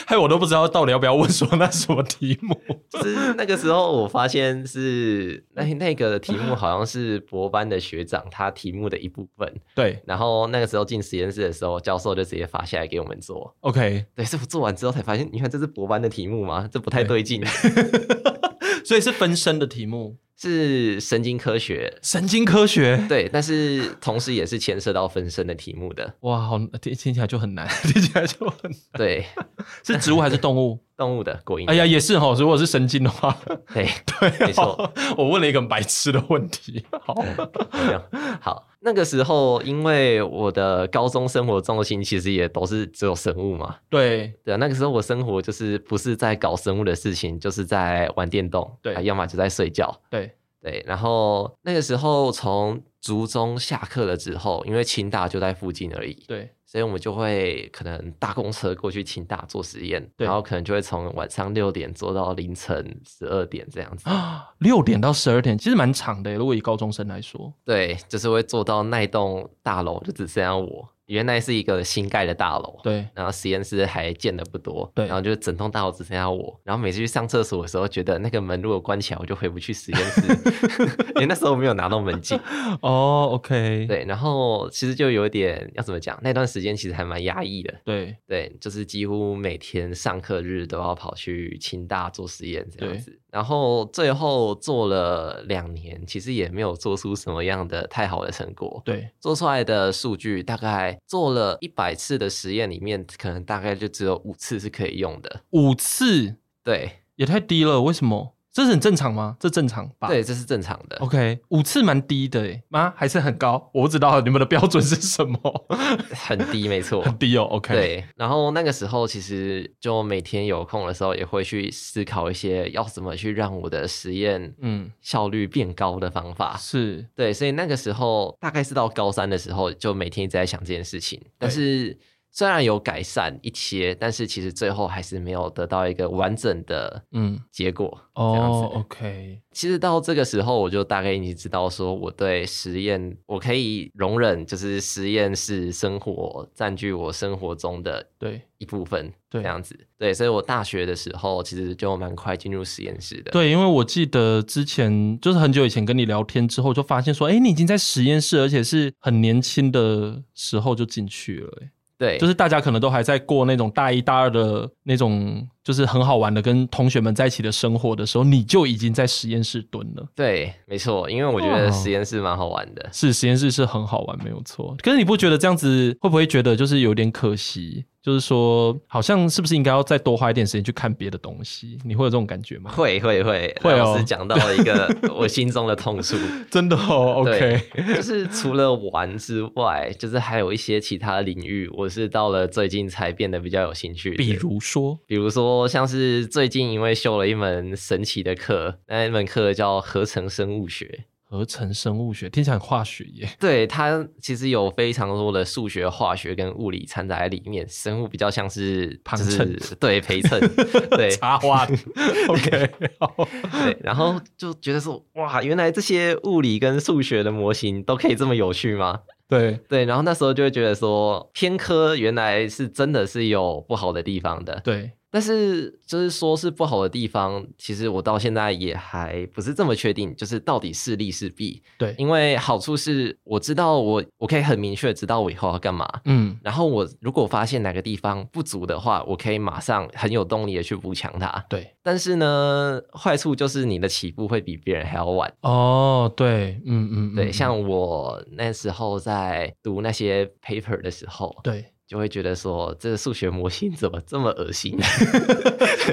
Speaker 1: 害我都不知道到底要不要问说那什么题目。
Speaker 2: 就是那个时候我发现是那那个题目好像是博班的学长他题目的一部分，
Speaker 1: 对
Speaker 2: 然后那个时候进实验室的时候，教授就直接发下来给我们做。
Speaker 1: ，OK。
Speaker 2: 对，是我做完之后才发现，你看这是博班的题目吗？这不太对劲，
Speaker 1: 所以是分身的题目，
Speaker 2: 是神经科学。
Speaker 1: 神经科学。
Speaker 2: 对，但是同时也是牵涉到分身的题目的。
Speaker 1: 哇，好听听起来就很难， 听起来就很难。
Speaker 2: 对，
Speaker 1: 是植物还是动物？
Speaker 2: 动物的果蝇。
Speaker 1: 哎呀，也是哈。如果是神经的话，
Speaker 2: 对，
Speaker 1: 对，啊
Speaker 2: 没错。
Speaker 1: 我问了一个很白痴的问题。好，
Speaker 2: 没有好，那个时候因为我的高中生活重心其实也都是只有生物嘛。
Speaker 1: 对
Speaker 2: 对啊，那个时候我生活就是不是在搞生物的事情，就是在玩电动，
Speaker 1: 对
Speaker 2: 啊要么就在睡觉。
Speaker 1: 对
Speaker 2: 对，然后那个时候从竹中下课了之后，因为清大就在附近而已，
Speaker 1: 对
Speaker 2: 所以我们就会可能搭公车过去清大做实验，
Speaker 1: 对
Speaker 2: 然后可能就会从晚上六点做到凌晨十二点这样子。
Speaker 1: 啊， 六点到十二点其实蛮长的耶，如果以高中生来说。
Speaker 2: 对，就是会做到那栋大楼就只剩下我，原来是一个新盖的大楼。
Speaker 1: 对，
Speaker 2: 然后实验室还建的不多，
Speaker 1: 对
Speaker 2: 然后就是整栋大楼只剩下我。然后每次去上厕所的时候，觉得那个门如果关起来，我就回不去实验 室，因为那时候没有拿到门禁。
Speaker 1: 哦，OK，
Speaker 2: 对，然后其实就有点要怎么讲，那段时间其实还蛮压抑的。
Speaker 1: 对
Speaker 2: 对，就是几乎每天上课日都要跑去清大做实验这样子，然后最后做了两年，其实也没有做出什么样的太好的成果。
Speaker 1: 对
Speaker 2: 做出来的数据大概做了一百次的实验里面，可能大概就只有五次是可以用的。
Speaker 1: 五次
Speaker 2: 对，
Speaker 1: 也太低了，为什么？这是很正常吗？这正常吧？
Speaker 2: 对，这是正常的。
Speaker 1: OK，五次蛮低的诶，吗？还是很高？我不知道你们的标准是什么，
Speaker 2: 很低，没错。
Speaker 1: 很低哦。OK，，
Speaker 2: 对，然后那个时候其实就每天有空的时候，也会去思考一些要怎么去让我的实验
Speaker 1: 嗯，
Speaker 2: 效率变高的方法。
Speaker 1: 是，
Speaker 2: 对，所以那个时候大概是到高三的时候，就每天一直在想这件事情。但是虽然有改善一些，但是其实最后还是没有得到一个完整的
Speaker 1: 嗯，
Speaker 2: 结果。这样
Speaker 1: 哦
Speaker 2: 子
Speaker 1: ，OK，
Speaker 2: 其实到这个时候，我就大概已经知道说，我对实验我可以容忍，就是实验室生活占据我生活中的
Speaker 1: 对，
Speaker 2: 一部分，
Speaker 1: 对
Speaker 2: 这样子。对，所以我大学的时候其实就蛮快进入实验室的。
Speaker 1: 对，因为我记得之前就是很久以前跟你聊天之后，就发现说，哎，你已经在实验室，而且是很年轻的时候就进去了诶，
Speaker 2: 对，
Speaker 1: 就是大家可能都还在过那种大一大二的那种就是很好玩的跟同学们在一起的生活的时候，你就已经在实验室蹲了。
Speaker 2: 对，没错，因为我觉得
Speaker 1: 哦
Speaker 2: 实验室蛮好玩的。
Speaker 1: 是实验室是很好玩，没有错。可是你不觉得这样子会不会觉得就是有点可惜？就是说，好像是不是应该要再多花一点时间去看别的东西？你会有这种感觉吗？
Speaker 2: 会会会，
Speaker 1: 会哦
Speaker 2: 老师讲到了一个我心中的痛处。
Speaker 1: 真的哦
Speaker 2: 对
Speaker 1: ，OK，
Speaker 2: 就是除了玩之外，就是还有一些其他领域，我是到了最近才变得比较有兴趣的。
Speaker 1: 比如说，
Speaker 2: 比如说，像是最近因为修了一门神奇的课，那一门课叫合成生物学。
Speaker 1: 合成生物学听起来很化学 耶，
Speaker 2: 对它其实有非常多的数学、化学跟物理掺杂在里面，生物比较像是
Speaker 1: 旁
Speaker 2: 就是
Speaker 1: 衬
Speaker 2: 对 陪衬，对
Speaker 1: 插花 ，OK，好
Speaker 2: 对，然后就觉得说哇，原来这些物理跟数学的模型都可以这么有趣吗？
Speaker 1: 对，
Speaker 2: 对，然后那时候就会觉得说偏科原来是真的是有不好的地方的，
Speaker 1: 对，
Speaker 2: 但是就是说是不好的地方，其实我到现在也还不是这么确定，就是到底是利是弊。
Speaker 1: 对，
Speaker 2: 因为好处是我知道我我可以很明确知道我以后要干嘛，
Speaker 1: 嗯，
Speaker 2: 然后我如果发现哪个地方不足的话，我可以马上很有动力的去补强它。
Speaker 1: 对，
Speaker 2: 但是呢，坏处就是你的起步会比别人还要晚。
Speaker 1: 哦，对，嗯嗯，嗯
Speaker 2: 对，
Speaker 1: 嗯
Speaker 2: 像我那时候在读那些 paper 的时候，
Speaker 1: 对。
Speaker 2: 就会觉得说这个数学模型怎么这么 恶心？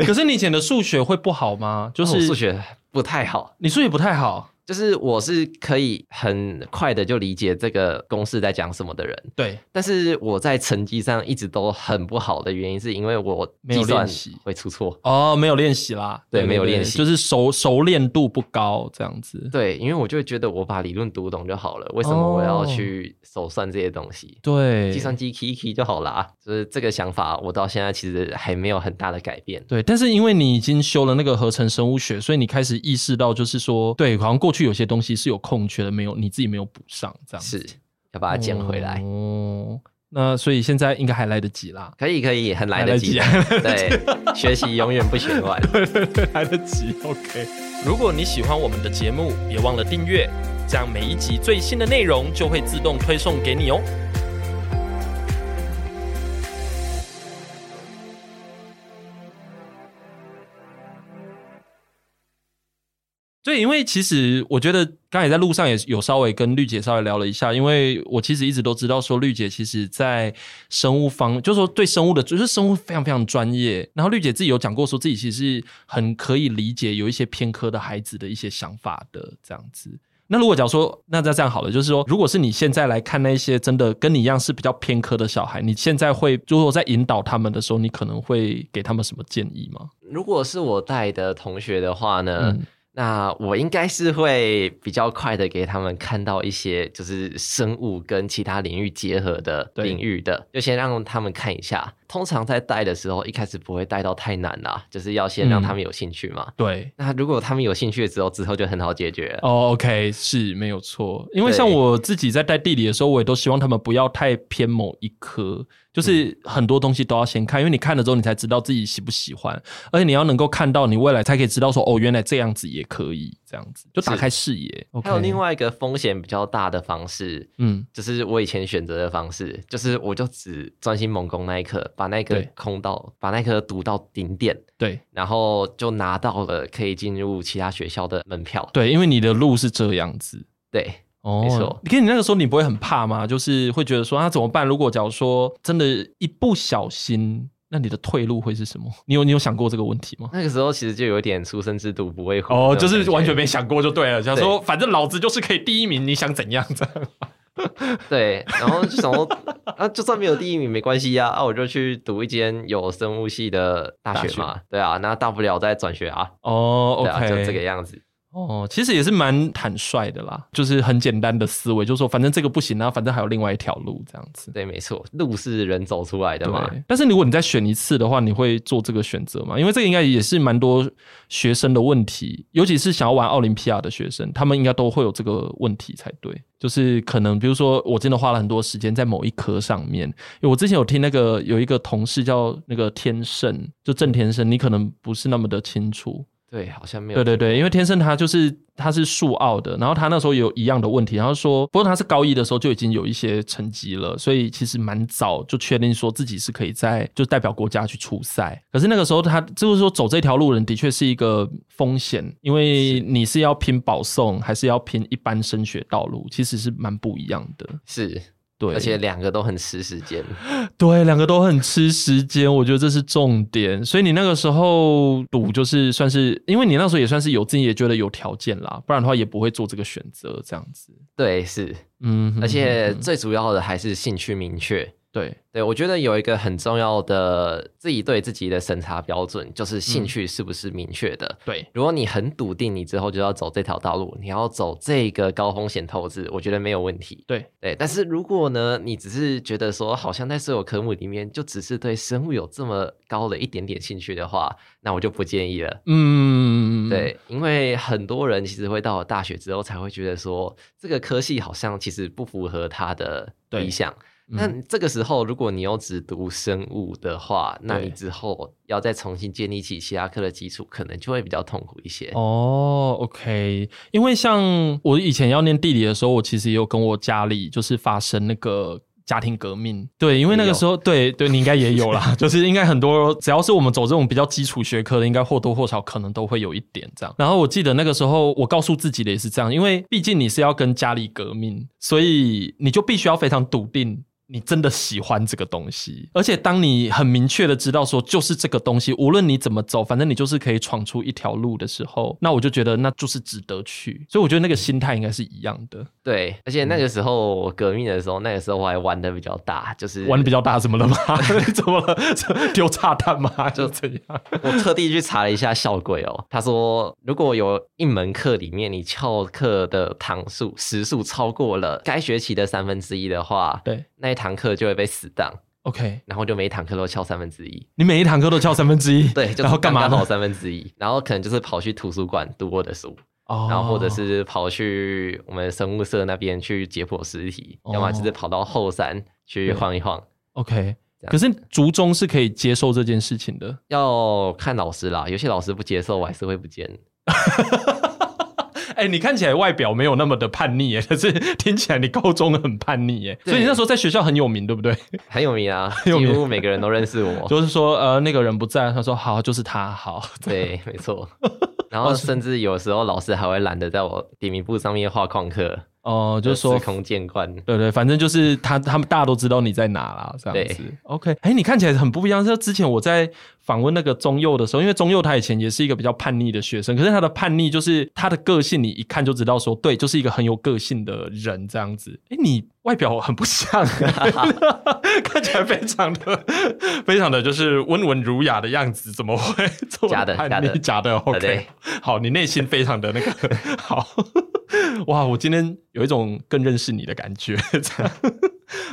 Speaker 1: 可是你以前的数学会不好吗？就
Speaker 2: 哦
Speaker 1: 是
Speaker 2: 数，学不太好，
Speaker 1: 你数学不太好，
Speaker 2: 就是我是可以很快的就理解这个公式在讲什么的人，
Speaker 1: 对，
Speaker 2: 但是我在成绩上一直都很不好的原因，是因为我
Speaker 1: 没有
Speaker 2: 计算
Speaker 1: 练习
Speaker 2: 会出错。
Speaker 1: 哦，没有练习啦，
Speaker 2: 对没有练习
Speaker 1: 就是熟熟练度不高这样子。
Speaker 2: 对，因为我就会觉得我把理论读懂就好了，为什么我
Speaker 1: 哦
Speaker 2: 要去手算这些东西？
Speaker 1: 对，
Speaker 2: 计算机 key key 就好啦，就是这个想法，我到现在其实还没有很大的改变。
Speaker 1: 对，但是因为你已经修了那个合成生物学，所以你开始意识到，就是说，对，好像过去有些东西是有空缺的，没有你自己没有补上，这样
Speaker 2: 是要把它捡回来。
Speaker 1: 哦，那所以现在应该还来得及 啦，
Speaker 2: 可以可以，很来
Speaker 1: 来
Speaker 2: 得
Speaker 1: 得
Speaker 2: 及
Speaker 1: 及啊
Speaker 2: 的。对，学习永远不嫌晚。
Speaker 1: 来得及。OK，如果你喜欢我们的节目，别忘了订阅，这样每一集最新的内容就会自动推送给你哦。对，因为其实我觉得刚才在路上也有稍微跟绿姐稍微聊了一下，因为我其实一直都知道说绿姐其实在生物方，就是说对生物的，就是生物非常非常专业。然后绿姐自己有讲过，说自己其实是很可以理解有一些偏科的孩子的一些想法的这样子。那如果假如说，那再这样好了，就是说，如果是你现在来看那些真的跟你一样是比较偏科的小孩，你现在会，如果在引导他们的时候，你可能会给他们什么建议吗？
Speaker 2: 如果是我带的同学的话呢，
Speaker 1: 嗯
Speaker 2: 那我应该是会比较快的给他们看到一些就是生物跟其他领域结合的
Speaker 1: 对
Speaker 2: 领域的，就先让他们看一下。通常在带的时候，一开始不会带到太难啦，就是要
Speaker 1: 嗯
Speaker 2: 先让他们有兴趣嘛。
Speaker 1: 对，
Speaker 2: 那如果他们有兴趣之后，之后就很好解决了。
Speaker 1: 哦、o k 是没有错，因为
Speaker 2: 对
Speaker 1: 像我自己在带地理的时候，我也都希望他们不要太偏某一科，
Speaker 2: 嗯
Speaker 1: 就是很多东西都要先看，因为你看了之后，你才知道自己喜不喜欢，而且你要能够看到你未来，才可以知道说，哦，原来这样子也可以，这样子就打
Speaker 2: 是
Speaker 1: 开视野。OK，
Speaker 2: 还有另，外一个风险比较大的方式，
Speaker 1: 嗯，
Speaker 2: 就是我以前选择的方式，就是我就只专心猛攻那一刻，把那个
Speaker 1: 对
Speaker 2: 空到，把那颗读到顶点，
Speaker 1: 对
Speaker 2: 然后就拿到了可以进入其他学校的门票。
Speaker 1: 对，因为你的路是这样子。
Speaker 2: 对，
Speaker 1: 哦，
Speaker 2: 没错
Speaker 1: 可是你那个时候你不会很怕吗？就是会觉得说，那、啊怎么办？如果假如说真的，一不小心，那你的退路会是什么？你有你有想过这个问题吗？
Speaker 2: 那个时候其实就有点初生之犊不畏虎。
Speaker 1: 哦，就是完全没。想过就对了，想
Speaker 2: 对
Speaker 1: 说反正老子就是可以第一名，你想怎样这样？
Speaker 2: 对，然后就想说， 啊，就算没有第一名没关系呀、啊，我就去读一间有生物系的大学嘛。对啊，那大不了再转学啊。
Speaker 1: 哦
Speaker 2: 对啊
Speaker 1: ，OK，
Speaker 2: 就这个样子。
Speaker 1: 哦，其实也是蛮坦率的啦，就是很简单的思维，就是说反正这个不行啊，反正还有另外一条路这样子。
Speaker 2: 对，没错，路是人走出来的嘛。
Speaker 1: 对，但是如果你再选一次的话，你会做这个选择吗？因为这个应该也是蛮多学生的问题，尤其是想要玩奥林匹亚的学生，他们应该都会有这个问题才对。就是可能，比如说，我真的花了很多时间在某一科上面。因为我之前有听那个有一个同事叫那个天胜，就郑天胜，你可能不是那么的清楚。
Speaker 2: 对，好像没有
Speaker 1: 对
Speaker 2: 听过。
Speaker 1: 对对，因为天生他就是他是数奥的，然后他那时候有一样的问题，然后说，不过他是高一的时候就已经有一些成绩了，所以其实蛮早就确定说自己是可以在就代表国家去出赛。可是那个时候他就是说走这条路的人的确是一个风险，因为你是要拼保送还是要拼一般升学道路，其实是蛮不一样的。
Speaker 2: 是，
Speaker 1: 对，
Speaker 2: 而且两个都很吃时间。
Speaker 1: 对，两个都很吃时间，我觉得这是重点。所以你那个时候赌，就是算是，因为你那时候也算是有自己也觉得有条件啦，不然的话也不会做这个选择这样子。
Speaker 2: 对，是，
Speaker 1: 嗯，
Speaker 2: 而且
Speaker 1: 嗯嗯嗯
Speaker 2: 最主要的还是兴趣明确。
Speaker 1: 对，
Speaker 2: 对，我觉得有一个很重要的自己对自己的审查标准，就是
Speaker 1: 嗯
Speaker 2: 兴趣是不是明确的。
Speaker 1: 对，
Speaker 2: 如果你很笃定你之后就要走这条道路，你要走这个高风险投资，我觉得没有问题。
Speaker 1: 对，
Speaker 2: 对，但是如果呢，你只是觉得说好像在所有科目里面就只是对生物有这么高的一点点兴趣的话，那我就不建议了。
Speaker 1: 嗯，
Speaker 2: 对，因为很多人其实会到了大学之后才会觉得说，这个科系好像其实不符合他的
Speaker 1: 对
Speaker 2: 理想。
Speaker 1: 嗯
Speaker 2: 那这个时候，如果你又只读生物的话，那你之后要再重新建立起其他科的基础，可能就会比较痛苦一些。
Speaker 1: 哦，OK，因为像我以前要念地理的时候，我其实也有跟我家里就是发生那个。家庭革命，对，因为那个时候，对对，你应该也有啦， 就是应该很多，只要是我们走这种比较基础学科的，应该或多或少可能都会有一点这样。然后我记得那个时候，我告诉自己的也是这样，因为毕竟你是要跟家里革命，所以你就必须要非常笃定你真的喜欢这个东西，而且当你很明确的知道说就是这个东西，无论你怎么走，反正你就是可以闯出一条路的时候，那我就觉得那就是值得去。所以我觉得那个心态应该是一样的，
Speaker 2: 对，
Speaker 1: 嗯
Speaker 2: 而且那个时候我革命的时候，那个时候我还玩的比较大，就是
Speaker 1: 玩的比较大，怎么了吗？ 怎么了？丢炸弹吗？就这样。
Speaker 2: 我特地去查了一下校规哦，他说如果有一门课里面你翘课的堂数时数超过了该学期的三分之一的话，
Speaker 1: 对
Speaker 2: 那一堂课就会被死当，
Speaker 1: ，OK，
Speaker 2: 然后就每一堂课都翘三分之一。
Speaker 1: 你每一堂课都翘三分之一，
Speaker 2: 对，就是
Speaker 1: 然后干嘛
Speaker 2: 刚
Speaker 1: 呢
Speaker 2: 刚好？三分之一，然后可能就是跑去图书馆读我的书，
Speaker 1: 哦
Speaker 2: 然后或者是跑去我们生物社那边去解剖尸体，要么就是跑到后山去
Speaker 1: 哦对
Speaker 2: 晃一晃。
Speaker 1: OK，
Speaker 2: 这样
Speaker 1: 可是族中是可以接受这件事情的。
Speaker 2: 要看老师啦，有些老师不接受，我还是会不见。
Speaker 1: 哎、你看起来外表没有那么的叛逆耶， 可是听起来你高中很叛逆耶，
Speaker 2: 对
Speaker 1: 所以你那时候在学校很有名，对不对？
Speaker 2: 很有名啊，
Speaker 1: 有
Speaker 2: 几
Speaker 1: 名
Speaker 2: 乎每个人都认识我。
Speaker 1: 就是说，呃，那个人不在，他说好，就是他好。
Speaker 2: 对，没 错。然
Speaker 1: 哦
Speaker 2: 后甚至有时候老师还会懒得在我点名簿上面画旷课，呃
Speaker 1: 哦、就是说
Speaker 2: 司，空见惯。
Speaker 1: 对对，反正就是他，他们大家都知道你在哪啦，这样子
Speaker 2: 对。
Speaker 1: OK，哎、你看起来很不一样。就之前我在访问那个中佑的时候，因为中佑他以前也是一个比较叛逆的学生，可是他的叛逆就是他的个性，你一看就知道说，对，就是一个很有个性的人这样子。哎、你外表很不像、啊 看起来非常的、非常的就是温文儒雅的样子，怎么会这么
Speaker 2: 假的
Speaker 1: 叛
Speaker 2: 假
Speaker 1: 逆
Speaker 2: 的
Speaker 1: 假的
Speaker 2: 啊
Speaker 1: ，OK
Speaker 2: 对。
Speaker 1: 好，你内心非常的那个好。哇，我今天有一种更认识你的感觉。这样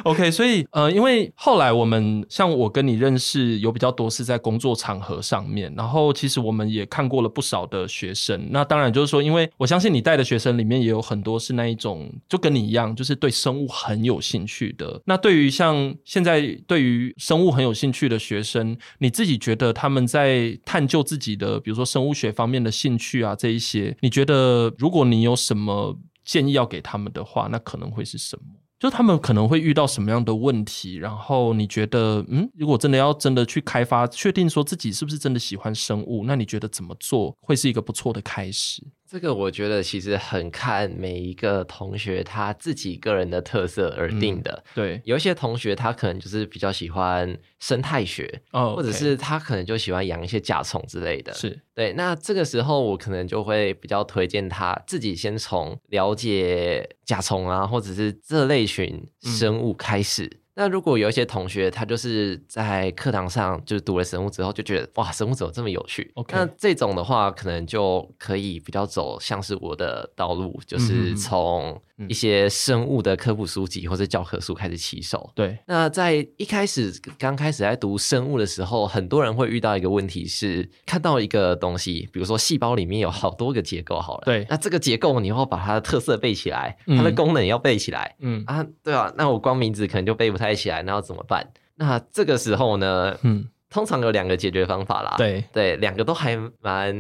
Speaker 1: OK，所以呃，因为后来我们像我跟你认识有比较多是在工作场合上面，然后其实我们也看过了不少的学生。那当然就是说，因为我相信你带的学生里面也有很多是那一种就跟你一样，就是对生物很有兴趣的。那对于像现在对于生物很有兴趣的学生，你自己觉得他们在探究自己的，比如说生物学方面的兴趣啊这一些，你觉得如果你有什么建议要给他们的话，那可能会是什么？就他们可能会遇到什么样的问题？然后你觉得，嗯，如果真的要真的去开发，确定说自己是不是真的喜欢生物，那你觉得怎么做会是一个不错的开始？
Speaker 2: 这个我觉得其实很看每一个同学他自己个人的特色而定的。
Speaker 1: 对，
Speaker 2: 有一些同学他可能就是比较喜欢生态学，
Speaker 1: 哦，
Speaker 2: 或者是他可能就喜欢养一些甲虫之类的。
Speaker 1: 是
Speaker 2: 对，那这个时候我可能就会比较推荐他自己先从了解甲虫啊，或者是这类群
Speaker 1: 嗯
Speaker 2: 生物开始。那如果有一些同学，他就是在课堂上就是读了生物之后，就觉得哇，生物怎么这么有趣
Speaker 1: OK
Speaker 2: 那这种的话，可能就可以比较走像是我的道路，就
Speaker 1: 嗯嗯嗯
Speaker 2: 是从
Speaker 1: 嗯
Speaker 2: 一些生物的科普书籍或者教科书开始起手。
Speaker 1: 对，
Speaker 2: 那在一开始刚开始在读生物的时候，很多人会遇到一个问题是，看到一个东西，比如说细胞里面有好多个结构，好了，
Speaker 1: 对
Speaker 2: 那这个结构你要把它的特色背起来，
Speaker 1: 嗯
Speaker 2: 它的功能也要背起来、
Speaker 1: 嗯
Speaker 2: 啊，对啊，那我光名字可能就背不太起来，那要怎么办？那这个时候呢，
Speaker 1: 嗯，
Speaker 2: 通常有两个解决方法啦。
Speaker 1: 对，
Speaker 2: 对，两个都还蛮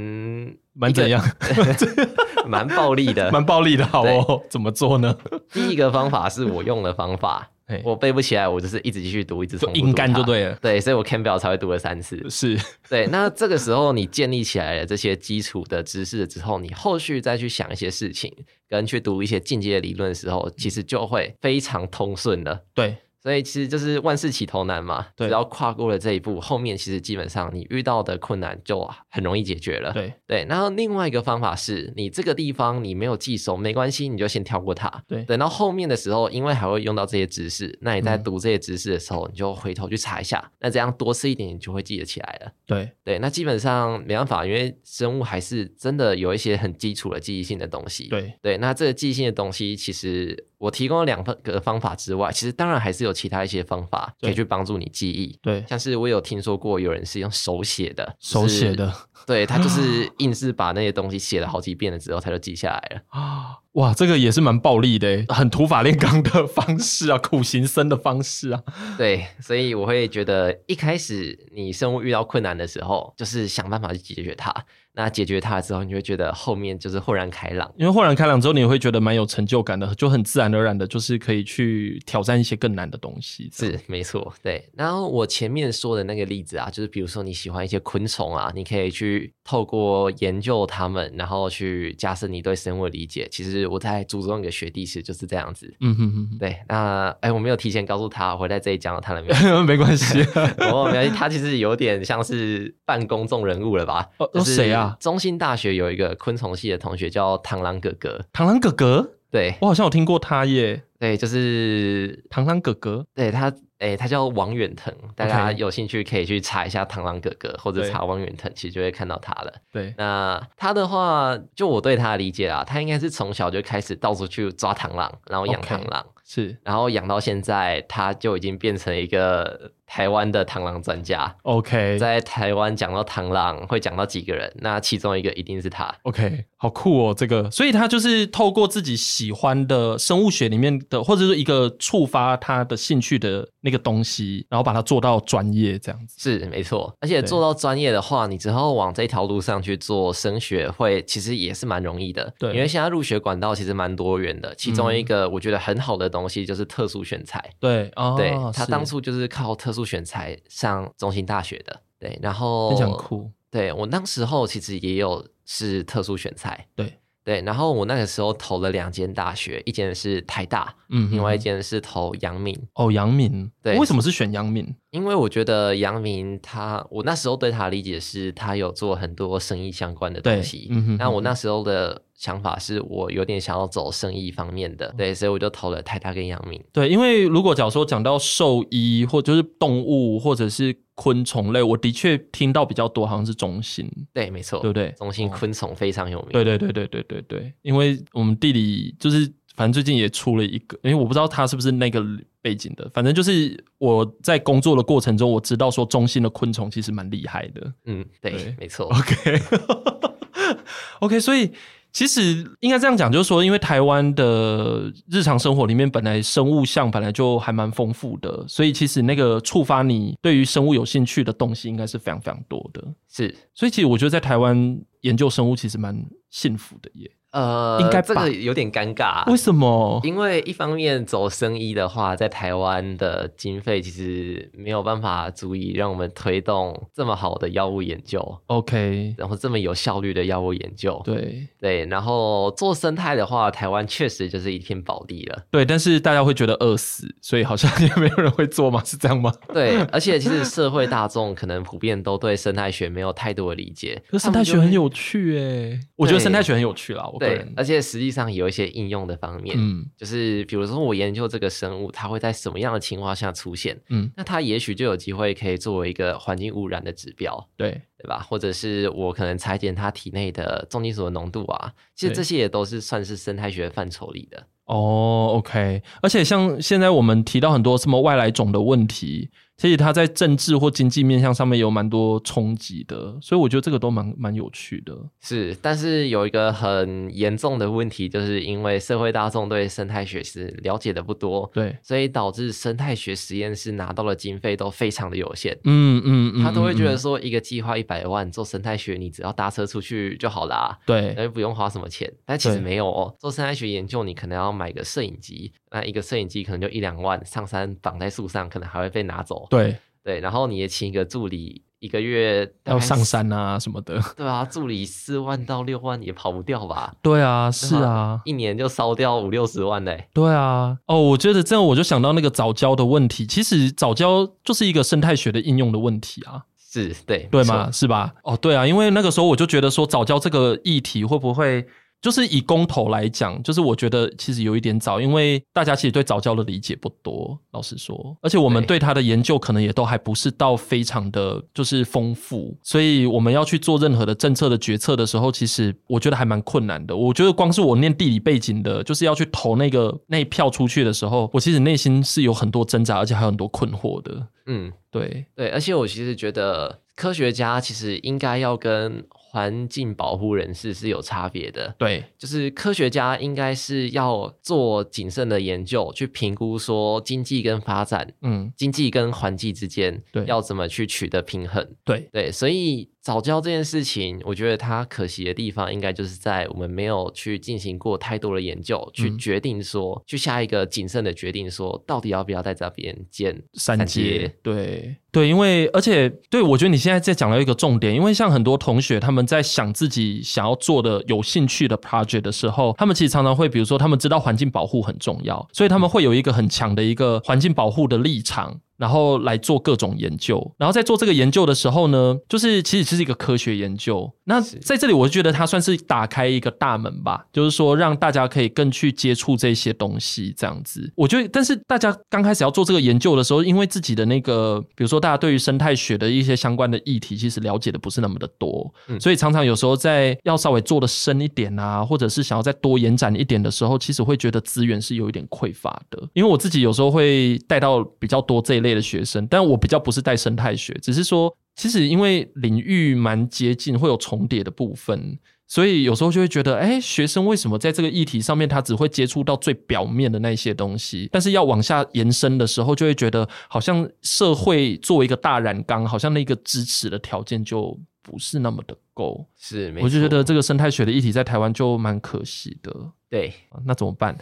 Speaker 1: 蛮怎样，
Speaker 2: 蛮暴力的。
Speaker 1: 蛮暴力的，好哦，怎么做呢？
Speaker 2: 第一个方法是我用的方法
Speaker 1: 嘿，
Speaker 2: 我背不起来，我就是一直继续读，一直重
Speaker 1: 就
Speaker 2: 复
Speaker 1: 硬
Speaker 2: 读
Speaker 1: 干
Speaker 2: 它
Speaker 1: 就。对了，
Speaker 2: 对，所以我 Campbell 才会读了三次。
Speaker 1: 是
Speaker 2: 对，那这个时候你建立起来了这些基础的知识之后，你后续再去想一些事情，跟去读一些进阶的理论的时候，其实就会非常通顺了。
Speaker 1: 对，
Speaker 2: 所以其实就是万事起头难嘛，
Speaker 1: 对
Speaker 2: 只要跨过了这一步，后面其实基本上你遇到的困难就很容易解决了。
Speaker 1: 对
Speaker 2: 对，然后另外一个方法是你这个地方你没有记熟，没关系，你就先跳过它。
Speaker 1: 对
Speaker 2: 等到后面的时候，因为还会用到这些知识，那你在
Speaker 1: 嗯
Speaker 2: 读这些知识的时候，你就回头去查一下，那这样多吃一点，你就会记得起来了。
Speaker 1: 对
Speaker 2: 对，那基本上没办法，因为生物还是真的有一些很基础的记忆性的东西。
Speaker 1: 对
Speaker 2: 对，那这个记忆性的东西，其实我提供了两个方法之外，其实当然还是有其他一些方法
Speaker 1: 对
Speaker 2: 可以去帮助你记忆。
Speaker 1: 对，
Speaker 2: 像是我有听说过有人是用手写的，
Speaker 1: 手写，的
Speaker 2: 对 他就是硬是把那些东西写了好几遍了之后，他就记下来了。
Speaker 1: 啊，哇，这个也是蛮暴力的，欸很土法炼钢的方式啊，苦行僧的方式啊，
Speaker 2: 对，所以我会觉得一开始你生物遇到困难的时候，就是想办法去解决它。那解决它了之后，你就会觉得后面就是豁然开朗。
Speaker 1: 因为豁然开朗之后，你会觉得蛮有成就感的，就很自然而然的，就是可以去挑战一些更难的东西。这样，
Speaker 2: 是没错，对。然后我前面说的那个例子啊，就是比如说你喜欢一些昆虫啊，你可以去透过研究它们，然后去加深你对生物的理解。其实我在祖宗一个学弟时就是这样子。
Speaker 1: 嗯哼哼哼。
Speaker 2: 对，那哎，我没有提前告诉他，我会在这里讲到他的名 字。
Speaker 1: 没关 系，
Speaker 2: 不过没关系，他其实有点像是半公众人物了吧？
Speaker 1: 哦
Speaker 2: 就是
Speaker 1: 谁啊
Speaker 2: 中兴大学有一个昆虫系的同学叫螳螂哥哥。
Speaker 1: 螳螂哥哥，
Speaker 2: 对
Speaker 1: 我好像有听过他耶。
Speaker 2: 对，就是
Speaker 1: 螳螂哥哥，
Speaker 2: 对他，诶、他叫王远腾，大家
Speaker 1: OK
Speaker 2: 有兴趣可以去查一下螳螂哥哥，或者
Speaker 1: 对
Speaker 2: 查王远腾，其实就会看到他了。
Speaker 1: 对，
Speaker 2: 那他的话，就我对他的理解啊，他应该是从小就开始到处去抓螳螂，然后养
Speaker 1: OK
Speaker 2: 螳螂
Speaker 1: 是
Speaker 2: 然后养到现在，他就已经变成一个台湾的螳螂专家。
Speaker 1: OK
Speaker 2: 在台湾讲到螳螂，会讲到几个人，那其中一个一定是他。
Speaker 1: OK，好酷哦，这个，所以他就是透过自己喜欢的生物学里面的，或者是一个触发他的兴趣的那个东西，然后把它做到专业这样子。
Speaker 2: 是没错，而且
Speaker 1: 对
Speaker 2: 做到专业的话，你之后往这条路上去做升学会，其实也是蛮容易的。
Speaker 1: 对嗯
Speaker 2: 因为现在入学管道其实蛮多元的，其中一个我觉得很好的东西就是特殊选材。
Speaker 1: 对啊，
Speaker 2: 对他
Speaker 1: 是
Speaker 2: 当初就是靠特殊选材上中心大学的。对，然后
Speaker 1: 非常酷，
Speaker 2: 对我那时候其实也有是特殊选材。
Speaker 1: 对
Speaker 2: 对，然后我那个时候投了两间大学，一间是台大，
Speaker 1: 嗯
Speaker 2: 另外一间是投阳明。
Speaker 1: 哦，杨敏，
Speaker 2: 对
Speaker 1: 为什么是选杨敏？
Speaker 2: 因为我觉得杨明他，我那时候对他的理解是，他有做很多生意相关的
Speaker 1: 对
Speaker 2: 东西。
Speaker 1: 嗯哼
Speaker 2: 那
Speaker 1: 嗯
Speaker 2: 我
Speaker 1: 哼
Speaker 2: 那时候的想法是我有点想要走生意方面的，对，所以我就投了台大跟杨明。
Speaker 1: 对，因为如果假如说讲到兽医，或者是动物，或者是昆虫类，我的确听到比较多，好像是中心，
Speaker 2: 对，没错，
Speaker 1: 对不对？
Speaker 2: 中心昆虫非常有名。
Speaker 1: 对对对对对对对，因为我们地理就是，反正最近也出了一个，因为我不知道他是不是那个背景的，反正就是我在工作的过程中，我知道说中心的昆虫其实蛮厉害的。
Speaker 2: 嗯，对，
Speaker 1: 对
Speaker 2: 没错，
Speaker 1: OK OK，所以其实应该这样讲，就是说，因为台湾的日常生活里面本来生物项本来就还蛮丰富的，所以其实那个触发你对于生物有兴趣的东西，应该是非常非常多的。
Speaker 2: 是
Speaker 1: 所以其实我觉得在台湾研究生物其实蛮幸福的耶。
Speaker 2: 呃，
Speaker 1: 应该吧
Speaker 2: 这个有点尴尬。
Speaker 1: 为什么？
Speaker 2: 因为一方面走生意的话，在台湾的经费其实没有办法足以让我们推动这么好的药物研究，
Speaker 1: OK，
Speaker 2: 然后这么有效率的药物研究。
Speaker 1: 对
Speaker 2: 对，然后做生态的话，台湾确实就是一片宝地了。
Speaker 1: 对，但是大家会觉得饿死，所以好像也没有人会做吗？是这样吗？
Speaker 2: 对，而且其实社会大众可能普遍都对生态学没有太多的理解。
Speaker 1: 可是生态学很有趣诶，我觉得生态学很有趣啦，我个
Speaker 2: 对
Speaker 1: 人，。
Speaker 2: 而且实际上有一些应用的方面，
Speaker 1: 嗯
Speaker 2: 就是比如说我研究这个生物，它会在什么样的情况下出现，
Speaker 1: 嗯，
Speaker 2: 那它也许就有机会可以作为一个环境污染的指标。
Speaker 1: 对
Speaker 2: 对吧？或者是我可能裁减它体内的重金属的浓度啊，其实
Speaker 1: 对
Speaker 2: 这些也都是算是生态学范畴里的。
Speaker 1: 哦，OK，而且像现在我们提到很多什么外来种的问题，其实它在政治或经济面向上面有蛮多冲击的，所以我觉得这个都蛮蛮有趣的。
Speaker 2: 是，但是有一个很严重的问题，就是因为社会大众对生态学是了解的不多，
Speaker 1: 对，
Speaker 2: 所以导致生态学实验室拿到的经费都非常的有限。
Speaker 1: 嗯嗯嗯，
Speaker 2: 他都会觉
Speaker 1: 嗯
Speaker 2: 得
Speaker 1: 嗯
Speaker 2: 说，一个计划一百万做生态学，你只要搭车出去就好啦，那
Speaker 1: 对，
Speaker 2: 就不用花什么钱。但其实
Speaker 1: 对
Speaker 2: 没有哦，做生态学研究，你可能要买个摄影机，那一个摄影机可能就一两万，上山绑在树上，可能还会被拿走。
Speaker 1: 对，
Speaker 2: 对，然后你也请一个助理，一个月大
Speaker 1: 要
Speaker 2: 概
Speaker 1: 上山啊什么的。
Speaker 2: 对啊，助理四万到六万也跑不掉吧？
Speaker 1: 对啊，是啊，
Speaker 2: 一年就烧掉五六十万嘞、
Speaker 1: 对啊。哦，我觉得这样我就想到那个早教的问题，其实早教就是一个生态学的应用的问题啊。
Speaker 2: 是对
Speaker 1: 对
Speaker 2: 没错
Speaker 1: 吗？是吧？哦，对啊，因为那个时候我就觉得说早教这个议题会不会就是以公投来讲，就是我觉得其实有一点早，因为大家其实对早教的理解不多，老实说，而且我们对
Speaker 2: 对
Speaker 1: 它的研究可能也都还不是到非常的就是丰富，所以我们要去做任何的政策的决策的时候，其实我觉得还蛮困难的。我觉得光是我念地理背景的，就是要去投那个那一票出去的时候，我其实内心是有很多挣扎，而且还有很多困惑的。
Speaker 2: 嗯，
Speaker 1: 对，
Speaker 2: 对，而且我其实觉得科学家其实应该要跟环境保护人士是有差别的，
Speaker 1: 对，
Speaker 2: 就是科学家应该是要做谨慎的研究，去评估说经济跟发展、
Speaker 1: 嗯，
Speaker 2: 经济跟环境之间
Speaker 1: 对
Speaker 2: 要怎么去取得平衡。
Speaker 1: 对，
Speaker 2: 对，所以早教这件事情，我觉得它可惜的地方，应该就是在我们没有去进行过太多的研究，去
Speaker 1: 嗯
Speaker 2: 决定说，去下一个谨慎的决定说，到底要不要在这边建
Speaker 1: 三阶，对对，因为而且对我觉得你现在在讲到一个重点，因为像很多同学他们在想自己想要做的有兴趣的 project 的时候，他们其实常常会，比如说他们知道环境保护很重要，所以他们会有一个很强的一个环境保护的立场。然后来做各种研究，然后在做这个研究的时候呢，就是其实这是一个科学研究。那在这里，我就觉得它算是打开一个大门吧，就是说让大家可以更去接触这些东西，这样子。我觉得，但是大家刚开始要做这个研究的时候，因为自己的那个，比如说大家对于生态学的一些相关的议题，其实了解的不是那么的多，
Speaker 2: 嗯
Speaker 1: 所以常常有时候在要稍微做的深一点啊，或者是想要再多延展一点的时候，其实会觉得资源是有一点匮乏的。因为我自己有时候会带到比较多这一类的学生，但我比较不是带生态学，只是说其实因为领域蛮接近，会有重叠的部分。所以有时候就会觉得，哎，学生为什么在这个议题上面，他只会接触到最表面的那些东西，但是要往下延伸的时候，就会觉得好像社会作为一个大染缸，好像那个支持的条件就不是那么的够。
Speaker 2: 是，没
Speaker 1: 我就觉
Speaker 2: 错
Speaker 1: 得这个生态学的议题在台湾就蛮可惜的。
Speaker 2: 对，
Speaker 1: 啊那怎么办？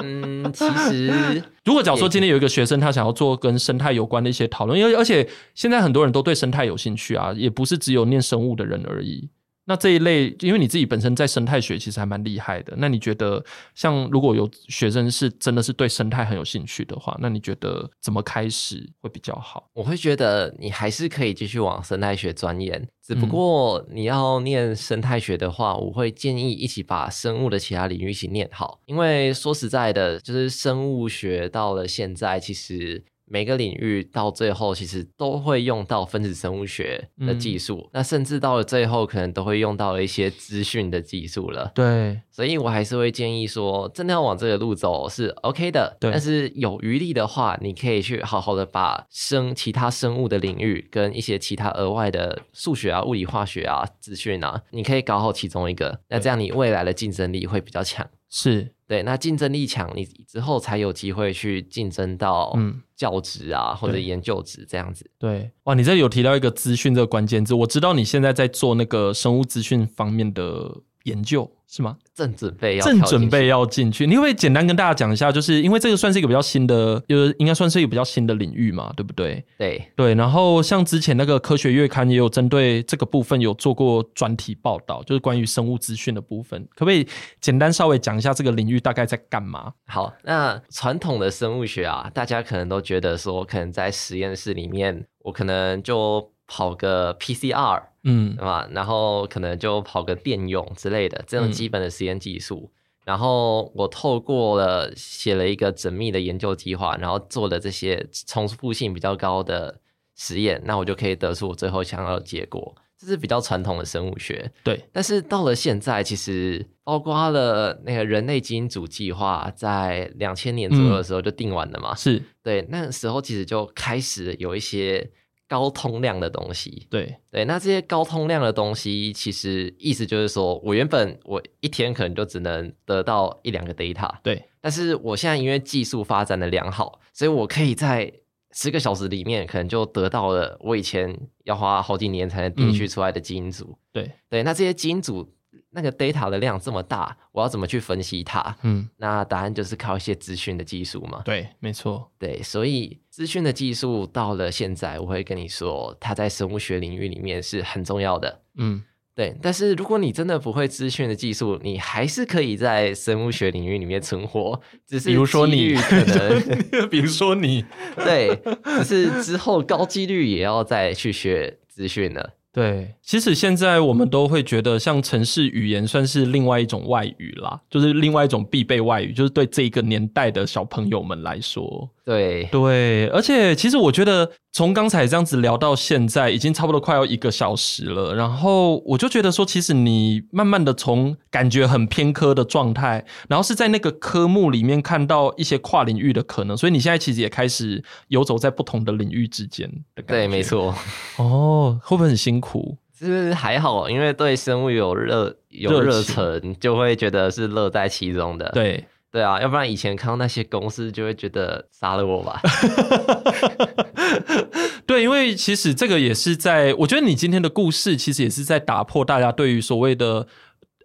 Speaker 2: 嗯，其实
Speaker 1: 如果假如说今天有一个学生，他想要做跟生态有关的一些讨论，因为而且现在很多人都对生态有兴趣啊，也不是只有念生物的人而已。那这一类，因为你自己本身在生态学其实还蛮厉害的，那你觉得像如果有学生是真的是对生态很有兴趣的话，那你觉得怎么开始会比较好？
Speaker 2: 我会觉得你还是可以继续往生态学钻研，只不
Speaker 1: 嗯
Speaker 2: 过你要念生态学的话，我会建议一起把生物的其他领域一起念好，因为说实在的，就是生物学到了现在，其实。每个领域到最后，其实都会用到分子生物学的技术，那甚至到了最后，可能都会用到了一些资讯的技术了。
Speaker 1: 对，
Speaker 2: 所以我还是会建议说，真的要往这个路走是 OK 的，
Speaker 1: 对
Speaker 2: 但是有余力的话，你可以去好好的把生其他生物的领域跟一些其他额外的数学啊、物理、化学啊、资讯啊，你可以搞好其中一个，那这样你未来的竞争力会比较强。
Speaker 1: 是，
Speaker 2: 对，那竞争力强，你之后才有机会去竞争到
Speaker 1: 嗯
Speaker 2: 教职啊、或者
Speaker 1: 对
Speaker 2: 研究职这样子。
Speaker 1: 对，哇，你这里有提到一个资讯这个关键字，我知道你现在在做那个生物资讯方面的研究，是吗？
Speaker 2: 正准备要
Speaker 1: 正
Speaker 2: 跳进
Speaker 1: 准
Speaker 2: 去
Speaker 1: 备要进去，你会不会简单跟大家讲一下？就是因为这个算是一个比较新的，就是应该算是一个比较新的领域嘛，对不对？
Speaker 2: 对
Speaker 1: 对，然后像之前那个科学月刊也有针对这个部分有做过专题报道，就是关于生物资讯的部分，可不可以简单稍微讲一下这个领域大概在干嘛？
Speaker 2: 好，那传统的生物学啊，大家可能都觉得说，可能在实验室里面，我可能就跑个 PCR
Speaker 1: 嗯
Speaker 2: 对吧？然后可能就跑个电泳之类的这种
Speaker 1: 嗯
Speaker 2: 基本的实验技术。然后我透过了写了一个缜密的研究计划，然后做了这些重复性比较高的实验，那我就可以得出我最后想要的结果。这是比较传统的生物学，
Speaker 1: 对，
Speaker 2: 但是到了现在，其实包括了那个人类基因组计划，在两千年左右的时候就定完了嘛。
Speaker 1: 是
Speaker 2: 对，那时候其实就开始有一些高通量的东西。
Speaker 1: 对，
Speaker 2: 对，那这些高通量的东西，其实意思就是说，我原本我一天可能就只能得到一两个 data，
Speaker 1: 对，
Speaker 2: 但是我现在因为技术发展的良好，所以我可以在十个小时里面，可能就得到了我以前要花好几年才能定序出来的基因组。
Speaker 1: 对，
Speaker 2: 对，那这些基因组那个 data 的量这么大，我要怎么去分析它？
Speaker 1: 嗯，
Speaker 2: 那答案就是靠一些资讯的技术嘛。
Speaker 1: 对，没错，
Speaker 2: 对，所以资讯的技术到了现在，我会跟你说，它在生物学领域里面是很重要的。
Speaker 1: 嗯，
Speaker 2: 对，但是如果你真的不会资讯的技术，你还是可以在生物学领域里面存活，只是
Speaker 1: 比如说
Speaker 2: 几率
Speaker 1: 你
Speaker 2: 可 能
Speaker 1: 比如说你，
Speaker 2: 对，只是之后高几率也要再去学资讯了。
Speaker 1: 对，其实现在我们都会觉得，像城市语言算是另外一种外语啦，就是另外一种必备外语，就是对这一个年代的小朋友们来说，
Speaker 2: 对，
Speaker 1: 对。而且，其实我觉得从刚才这样子聊到现在，已经差不多快要一个小时了。然后我就觉得说，其实你慢慢的从感觉很偏科的状态，然后是在那个科目里面看到一些跨领域的可能，所以你现在其实也开始游走在不同的领域之间的感觉。
Speaker 2: 对，没。错。
Speaker 1: 哦，会不会很辛苦？
Speaker 2: 就是还好，因为对生物有热有
Speaker 1: 热
Speaker 2: 热
Speaker 1: 情
Speaker 2: 忱，就会觉得是乐在其中的。
Speaker 1: 对，
Speaker 2: 对啊，要不然以前看到那些公司，就会觉得杀了我 吧。
Speaker 1: 对，因为其实这个也是在，我觉得你今天的故事其实也是在打破大家对于所谓的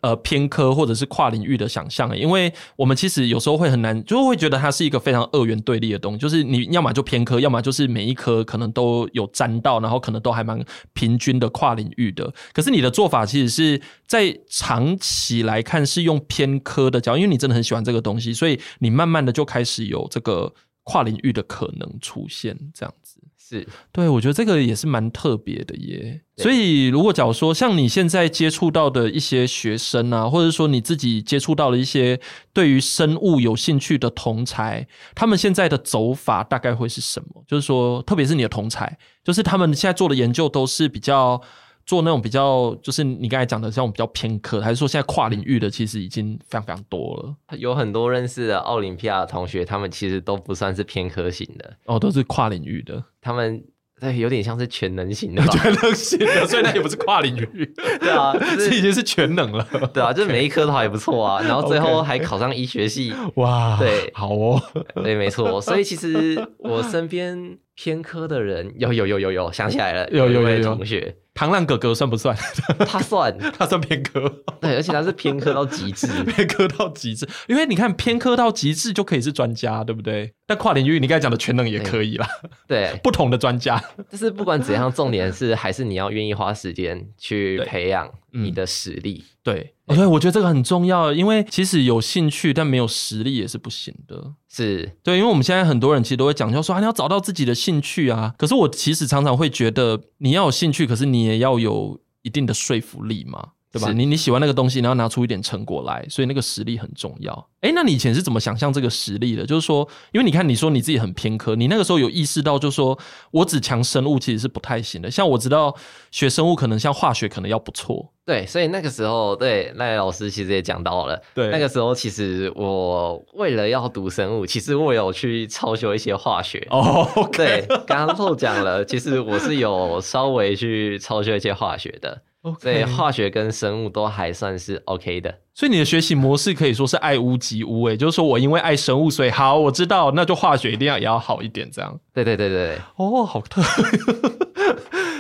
Speaker 1: 呃偏科或者是跨领域的想象，因为我们其实有时候会很难，就会觉得它是一个非常二元对立的东西，就是你要么就偏科，要么就是每一科可能都有沾到，然后可能都还蛮平均的跨领域的。可是你的做法其实是在长期来看是用偏科的角度，因为你真的很喜欢这个东西，所以你慢慢的就开始有这个跨领域的可能出现，这样子。
Speaker 2: 是，
Speaker 1: 对，我觉得这个也是蛮特别的耶。
Speaker 2: 对
Speaker 1: 所以，如果假如说像你现在接触到的一些学生啊，或者说你自己接触到了一些对于生物有兴趣的同才，他们现在的走法大概会是什么？就是说，特别是你的同才，就是他们现在做的研究都是比较做那种比较，就是你刚才讲的像比较偏科，还是说现在跨领域的其实已经非常非常多了？
Speaker 2: 有很多认识的奥林匹亚的同学，他们其实都不算是偏科型的，
Speaker 1: 哦，都是跨领域 的，
Speaker 2: 他们对有点像是全能 型的吧？
Speaker 1: 能性的，所以那也不是跨领域，
Speaker 2: 对啊，就
Speaker 1: 这已
Speaker 2: 是
Speaker 1: 经是全能了。
Speaker 2: 对啊，就是每一科都还不错啊，然后最后
Speaker 1: OK
Speaker 2: 还考上医 学系，
Speaker 1: 哇，
Speaker 2: 对
Speaker 1: 好哦，
Speaker 2: 对，没错。所以其实我身边偏科的人，有有有有有，想起来了，
Speaker 1: 有有
Speaker 2: 一位
Speaker 1: 有有
Speaker 2: 同学，
Speaker 1: 螳螂哥哥算不算？
Speaker 2: 他算
Speaker 1: 他算偏科，
Speaker 2: 对，而且他是偏科到极致。
Speaker 1: 偏科到极致。因为你看偏科到极致就可以是专家，对不对？但跨领域你刚才讲的全能也可以啦，
Speaker 2: 对，
Speaker 1: 不同的专家。
Speaker 2: 但是不管怎样，重点是还是你要愿意花时间去
Speaker 1: 对
Speaker 2: 培养
Speaker 1: 嗯
Speaker 2: 你的实力。
Speaker 1: 对，哦对，我觉得这个很重要，因为其实有兴趣但没有实力也是不行的。
Speaker 2: 是，
Speaker 1: 对，因为我们现在很多人其实都会讲究说啊，你要找到自己的兴趣啊。可是我其实常常会觉得，你要有兴趣，可是你也要有一定的说服力嘛，对吧？
Speaker 2: 是
Speaker 1: 你你喜欢那个东西，你要拿出一点成果来，所以那个实力很重要。诶，那你以前是怎么想象这个实力的？就是说，因为你看你说你自己很偏科，你那个时候有意识到，就是说我只强生物其实是不太行的。像我知道学生物，可能像化学可能要不错，
Speaker 2: 对，所以那个时候，对赖老师其实也讲到了，
Speaker 1: 对
Speaker 2: 那个时候其实我为了要读生物，其实我有去超修一些化学。
Speaker 1: 哦，OK
Speaker 2: 对，刚刚漏讲了，其实我是有稍微去超修一些化学的，所以
Speaker 1: OK，
Speaker 2: 化学跟生物都还算是 OK 的。
Speaker 1: 所以你的学习模式可以说是爱屋及乌，诶，就是说我因为爱生物，所以好，我知道，那就化学一定要也要好一点，这样。
Speaker 2: 对对对对
Speaker 1: 哦，好特。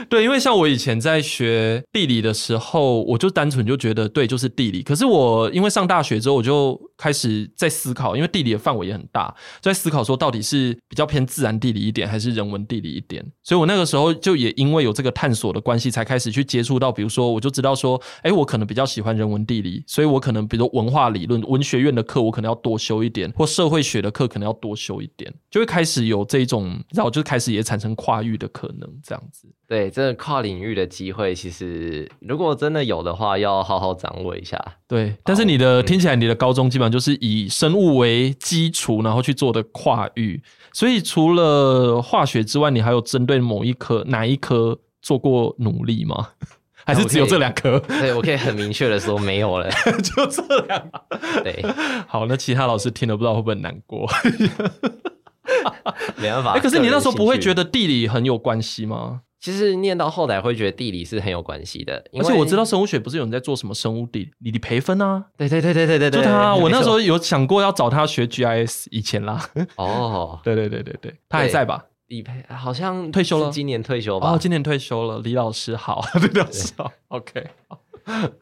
Speaker 1: 对，因为像我以前在学地理的时候，我就单纯就觉得对，就是地理。可是我因为上大学之后，我就开始在思考，因为地理的范围也很大，就在思考说到底是比较偏自然地理一点，还是人文地理一点。所以我那个时候就也因为有这个探索的关系，才开始去接触到，比如说我就知道说，哎，我可能比较喜欢人文地理，所以我可能比如文化理论、文学院的课我可能要多修一点，或社会学的课可能要多修一点，就会开始有这一种，然后就开始也产生跨域的可能，这样子。
Speaker 2: 对，真的跨领域的机会，其实如果真的有的话，要好好掌握一下。
Speaker 1: 对，但是你的、听起来你的高中基本上就是以生物为基础，然后去做的跨域。所以除了化学之外，你还有针对某一科哪一科做过努力吗？ 还是只有这两科？
Speaker 2: 对我可以很明确的说没有了。
Speaker 1: 就这两个。
Speaker 2: 对，
Speaker 1: 好，那其他老师听了不知道会不会很难过？啊
Speaker 2: 没办 法。
Speaker 1: 哎、可是你那时候不会觉
Speaker 2: 得，
Speaker 1: 得地理很有关系吗？
Speaker 2: 其实念到后来会觉得地理是很有关系的，因
Speaker 1: 而
Speaker 2: 为
Speaker 1: 且我知道，生物学不是有人在做什么生物地理理培分啊？
Speaker 2: 对对对对对对
Speaker 1: 就
Speaker 2: 对，
Speaker 1: 他，我
Speaker 2: 没
Speaker 1: 那时
Speaker 2: 错
Speaker 1: 候有想过要找他学 GIS，以前啦。
Speaker 2: 哦，
Speaker 1: 对对对对对，他还在吧？
Speaker 2: 理赔好像
Speaker 1: 退休了
Speaker 2: 是今年退休吧？
Speaker 1: 哦，今年退休了，李老师好， 李老师好，OK，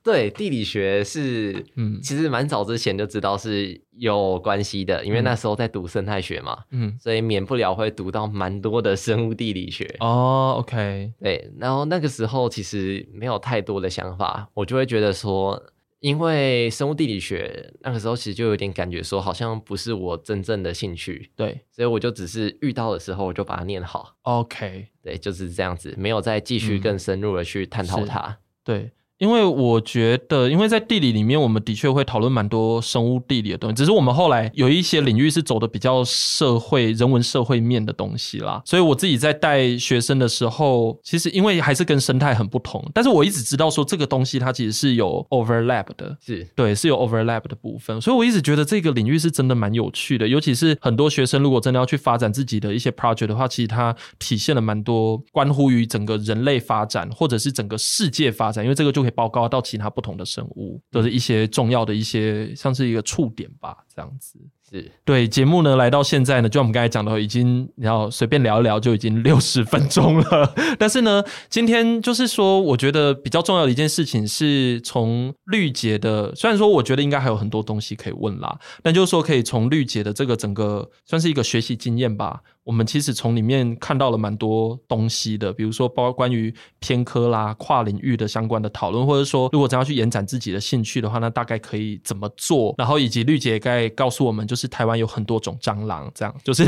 Speaker 2: 对，地理学是，
Speaker 1: 嗯
Speaker 2: 嗯，其实蛮早之前就知道是有关系的，因为那时候在读生态学嘛，
Speaker 1: 嗯，
Speaker 2: 所以免不了会读到蛮多的生物地理学。
Speaker 1: 哦，OK，
Speaker 2: 对，然后那个时候其实没有太多的想法，我就会觉得说，因为生物地理学那个时候其实就有点感觉说，好像不是我真正的兴趣，
Speaker 1: 对
Speaker 2: 所以我就只是遇到的时候我就把它念好，
Speaker 1: ，OK，
Speaker 2: 对，就是这样子，没有再继续
Speaker 1: 嗯
Speaker 2: 更深入的去探讨
Speaker 1: 是
Speaker 2: 它。
Speaker 1: 对。因为我觉得，因为在地理里面，我们的确会讨论蛮多生物地理的东西，只是我们后来有一些领域是走的比较社会、人文社会面的东西啦。所以我自己在带学生的时候，其实因为还是跟生态很不同，但是我一直知道说这个东西它其实是有 overlap 的，
Speaker 2: 是，
Speaker 1: 对，是有 overlap 的部分，所以我一直觉得这个领域是真的蛮有趣的，尤其是很多学生如果真的要去发展自己的一些 project 的话，其实它体现了蛮多关乎于整个人类发展或者是整个世界发展，因为这个就可以包括到其他不同的生物，都、是一些重要的一些像是一个触点吧，这样子。
Speaker 2: 是，
Speaker 1: 对节目呢，来到现在呢，就像我们刚才讲的，已经然后随便聊一聊就已经六十分钟了。 但是呢，今天就是说，我觉得比较重要的一件事情是从绿姐的，虽然说我觉得应该还有很多东西可以问啦，但就是说可以从绿姐的这个整个算是一个学习经验吧。我们其实从里面看到了蛮多东西的，比如说包括关于偏科啦、跨领域的相关的讨论，或者说如果真要去延展自己的兴趣的话，那大概可以怎么做？然后以及绿姐该告诉我们，就是台湾有很多种蟑螂，这样就是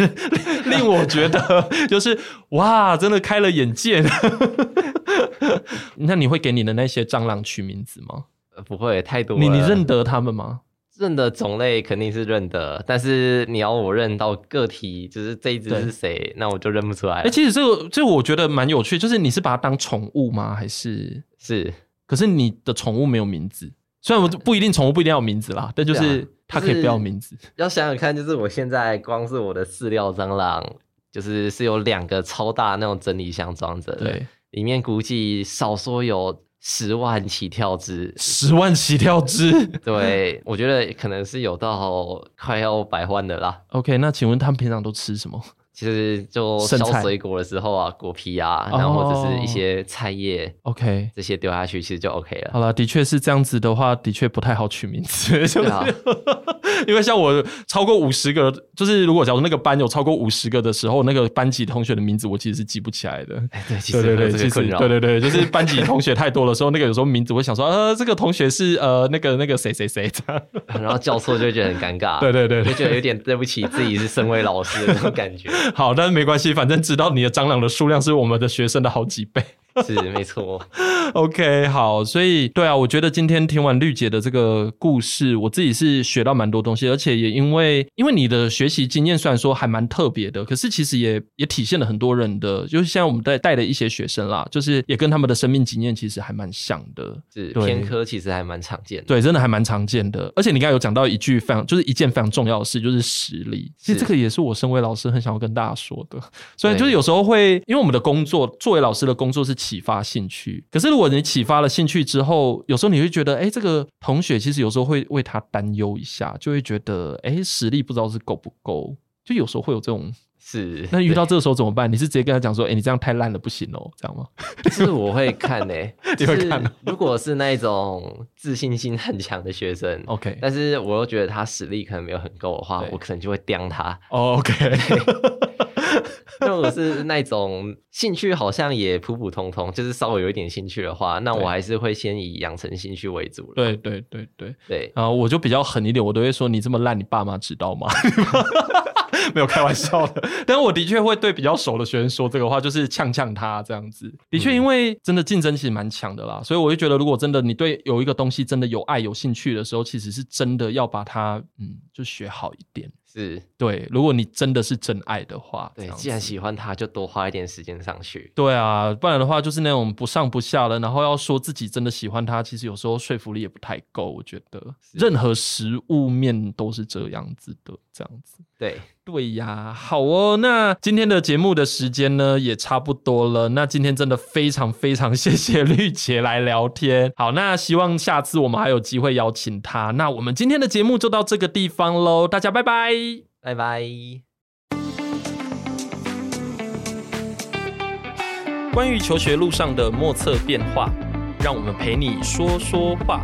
Speaker 1: 令我觉得 就是哇，真的开了眼界。 那你会给你的那些蟑螂取名字吗？
Speaker 2: 呃不会太多
Speaker 1: 你你
Speaker 2: 了
Speaker 1: 认得它们吗？
Speaker 2: 认的种类肯定是认的，但是你要我认到个体，就是这一只
Speaker 1: 对
Speaker 2: 是谁，那我就认不出来
Speaker 1: 哎、
Speaker 2: 了。
Speaker 1: 其实这个这个我觉得蛮有趣，就是你是把它当宠物吗？还是
Speaker 2: 是，
Speaker 1: 可是你的宠物没有名字？虽然我不一定宠物不一定要有名字啦，但就
Speaker 2: 对啊
Speaker 1: 是
Speaker 2: 就是
Speaker 1: 它可以不要有名字。
Speaker 2: 要想想看，就是我现在光是我的饲料蟑螂，就是是有两个超大那种整理箱装着的，
Speaker 1: 对，。
Speaker 2: 里面估计少说有十万起跳只
Speaker 1: 十万起跳只。
Speaker 2: 对，我觉得可能是有到快要百万的啦。
Speaker 1: OK，那请问他们平常都吃什么？
Speaker 2: 其实就
Speaker 1: 剩
Speaker 2: 削
Speaker 1: 菜
Speaker 2: 水果的时候啊，果皮啊，
Speaker 1: 哦
Speaker 2: 然后或者是一些菜叶
Speaker 1: OK，
Speaker 2: 这些丢下去，其实就 OK 了。
Speaker 1: 好了，的确是这样子的话，的确不太好取名字，就是、
Speaker 2: 对啊
Speaker 1: 因为像我超过五十个，就是如果假如那个班有超过五十个的时候，那个班级同学的名字我其实是记不起来的。
Speaker 2: 哎，对，其
Speaker 1: 对
Speaker 2: 实
Speaker 1: 对
Speaker 2: 会有
Speaker 1: 对，
Speaker 2: 这
Speaker 1: 其
Speaker 2: 个
Speaker 1: 实
Speaker 2: 困扰。
Speaker 1: 对对对，就是班级同学太多的时候，那个有时候名字会想说，呃，这个同学是呃那个那个谁谁谁这样。
Speaker 2: 然后教错就会觉得很尴尬，
Speaker 1: 对对对
Speaker 2: 就觉得有点啊对不起自己是身为老师的那种感觉，
Speaker 1: 好，但是没关系，反正知道你的蟑螂的数量是我们的学生的好几倍。
Speaker 2: 是没错，
Speaker 1: OK，好，所以对啊，我觉得今天听完绿姐的这个故事，我自己是学到蛮多东西，而且也因为因为你的学习经验虽然说还蛮特别的，可是其实也也体现了很多人的，就是现在我们带带的一些学生啦，就是也跟他们的生命经验其实还蛮像的，
Speaker 2: 是
Speaker 1: 对
Speaker 2: 偏科其实还蛮常见的，
Speaker 1: 对，真的还蛮常见的。而且你刚才有讲到一句非常，就是一件非常重要的事，就是实力。其实
Speaker 2: 是
Speaker 1: 这个也是我身为老师很想要跟大家说的。所以
Speaker 2: 对
Speaker 1: 就是有时候会，因为我们的工作，作为老师的工作是启发兴趣。可是如果你启发了兴趣之后，有时候你会觉得，哎，这个同学其实有时候会为他担忧一下，就会觉得，哎，实力不知道是够不够。就有时候会有这种，
Speaker 2: 是。
Speaker 1: 那遇到
Speaker 2: 对
Speaker 1: 这个时候怎么办？你是直接跟他讲说，哎，你这样太烂了，不行哦，这样吗？
Speaker 2: 就是我会看呢、
Speaker 1: 你
Speaker 2: 就
Speaker 1: 会
Speaker 2: 是
Speaker 1: 看啊
Speaker 2: 如果是那一种自信心很强的学生
Speaker 1: OK
Speaker 2: 但是我又觉得他实力可能没有很够的话
Speaker 1: 哦对，
Speaker 2: 我可能就会刁他。
Speaker 1: 哦，OK，
Speaker 2: 如果是那种兴趣好像也普普通通，就是稍微有一点兴趣的话，那
Speaker 1: 对
Speaker 2: 我还是会先以养成兴趣为主了。
Speaker 1: 对对对对。
Speaker 2: 对，
Speaker 1: 呃 啊、我就比较狠一点，我都会说你这么烂，你爸妈知道吗？没有开玩笑的。 但我的确会对比较熟的学生说这个话，就是呛呛他这样子。的确，因为真的竞争其实蛮强的啦，所以我就觉得，如果真的你对有一个东西真的有爱、有兴趣的时候，其实是真的要把它嗯，就学好一点。
Speaker 2: 是
Speaker 1: 对，如果你真的是真爱的话，这
Speaker 2: 对，
Speaker 1: 样
Speaker 2: 既然
Speaker 1: 子
Speaker 2: 喜欢他，就多花一点时间上去。
Speaker 1: 对啊，不然的话就是那种不上不下的，然后要说自己真的喜欢他，其实有时候说服力也不太够。我觉得任何食物面都是这样子的，这样子。
Speaker 2: 对，
Speaker 1: 对呀，好哦。那今天的节目的时间呢也差不多了。那今天真的非常非常谢谢绿姐来聊天。好，那希望下次我们还有机会邀请她。那我们今天的节目就到这个地方喽，大家拜拜。
Speaker 2: 拜拜。
Speaker 1: 关于求学路上的莫测变化，让我们陪你说说话。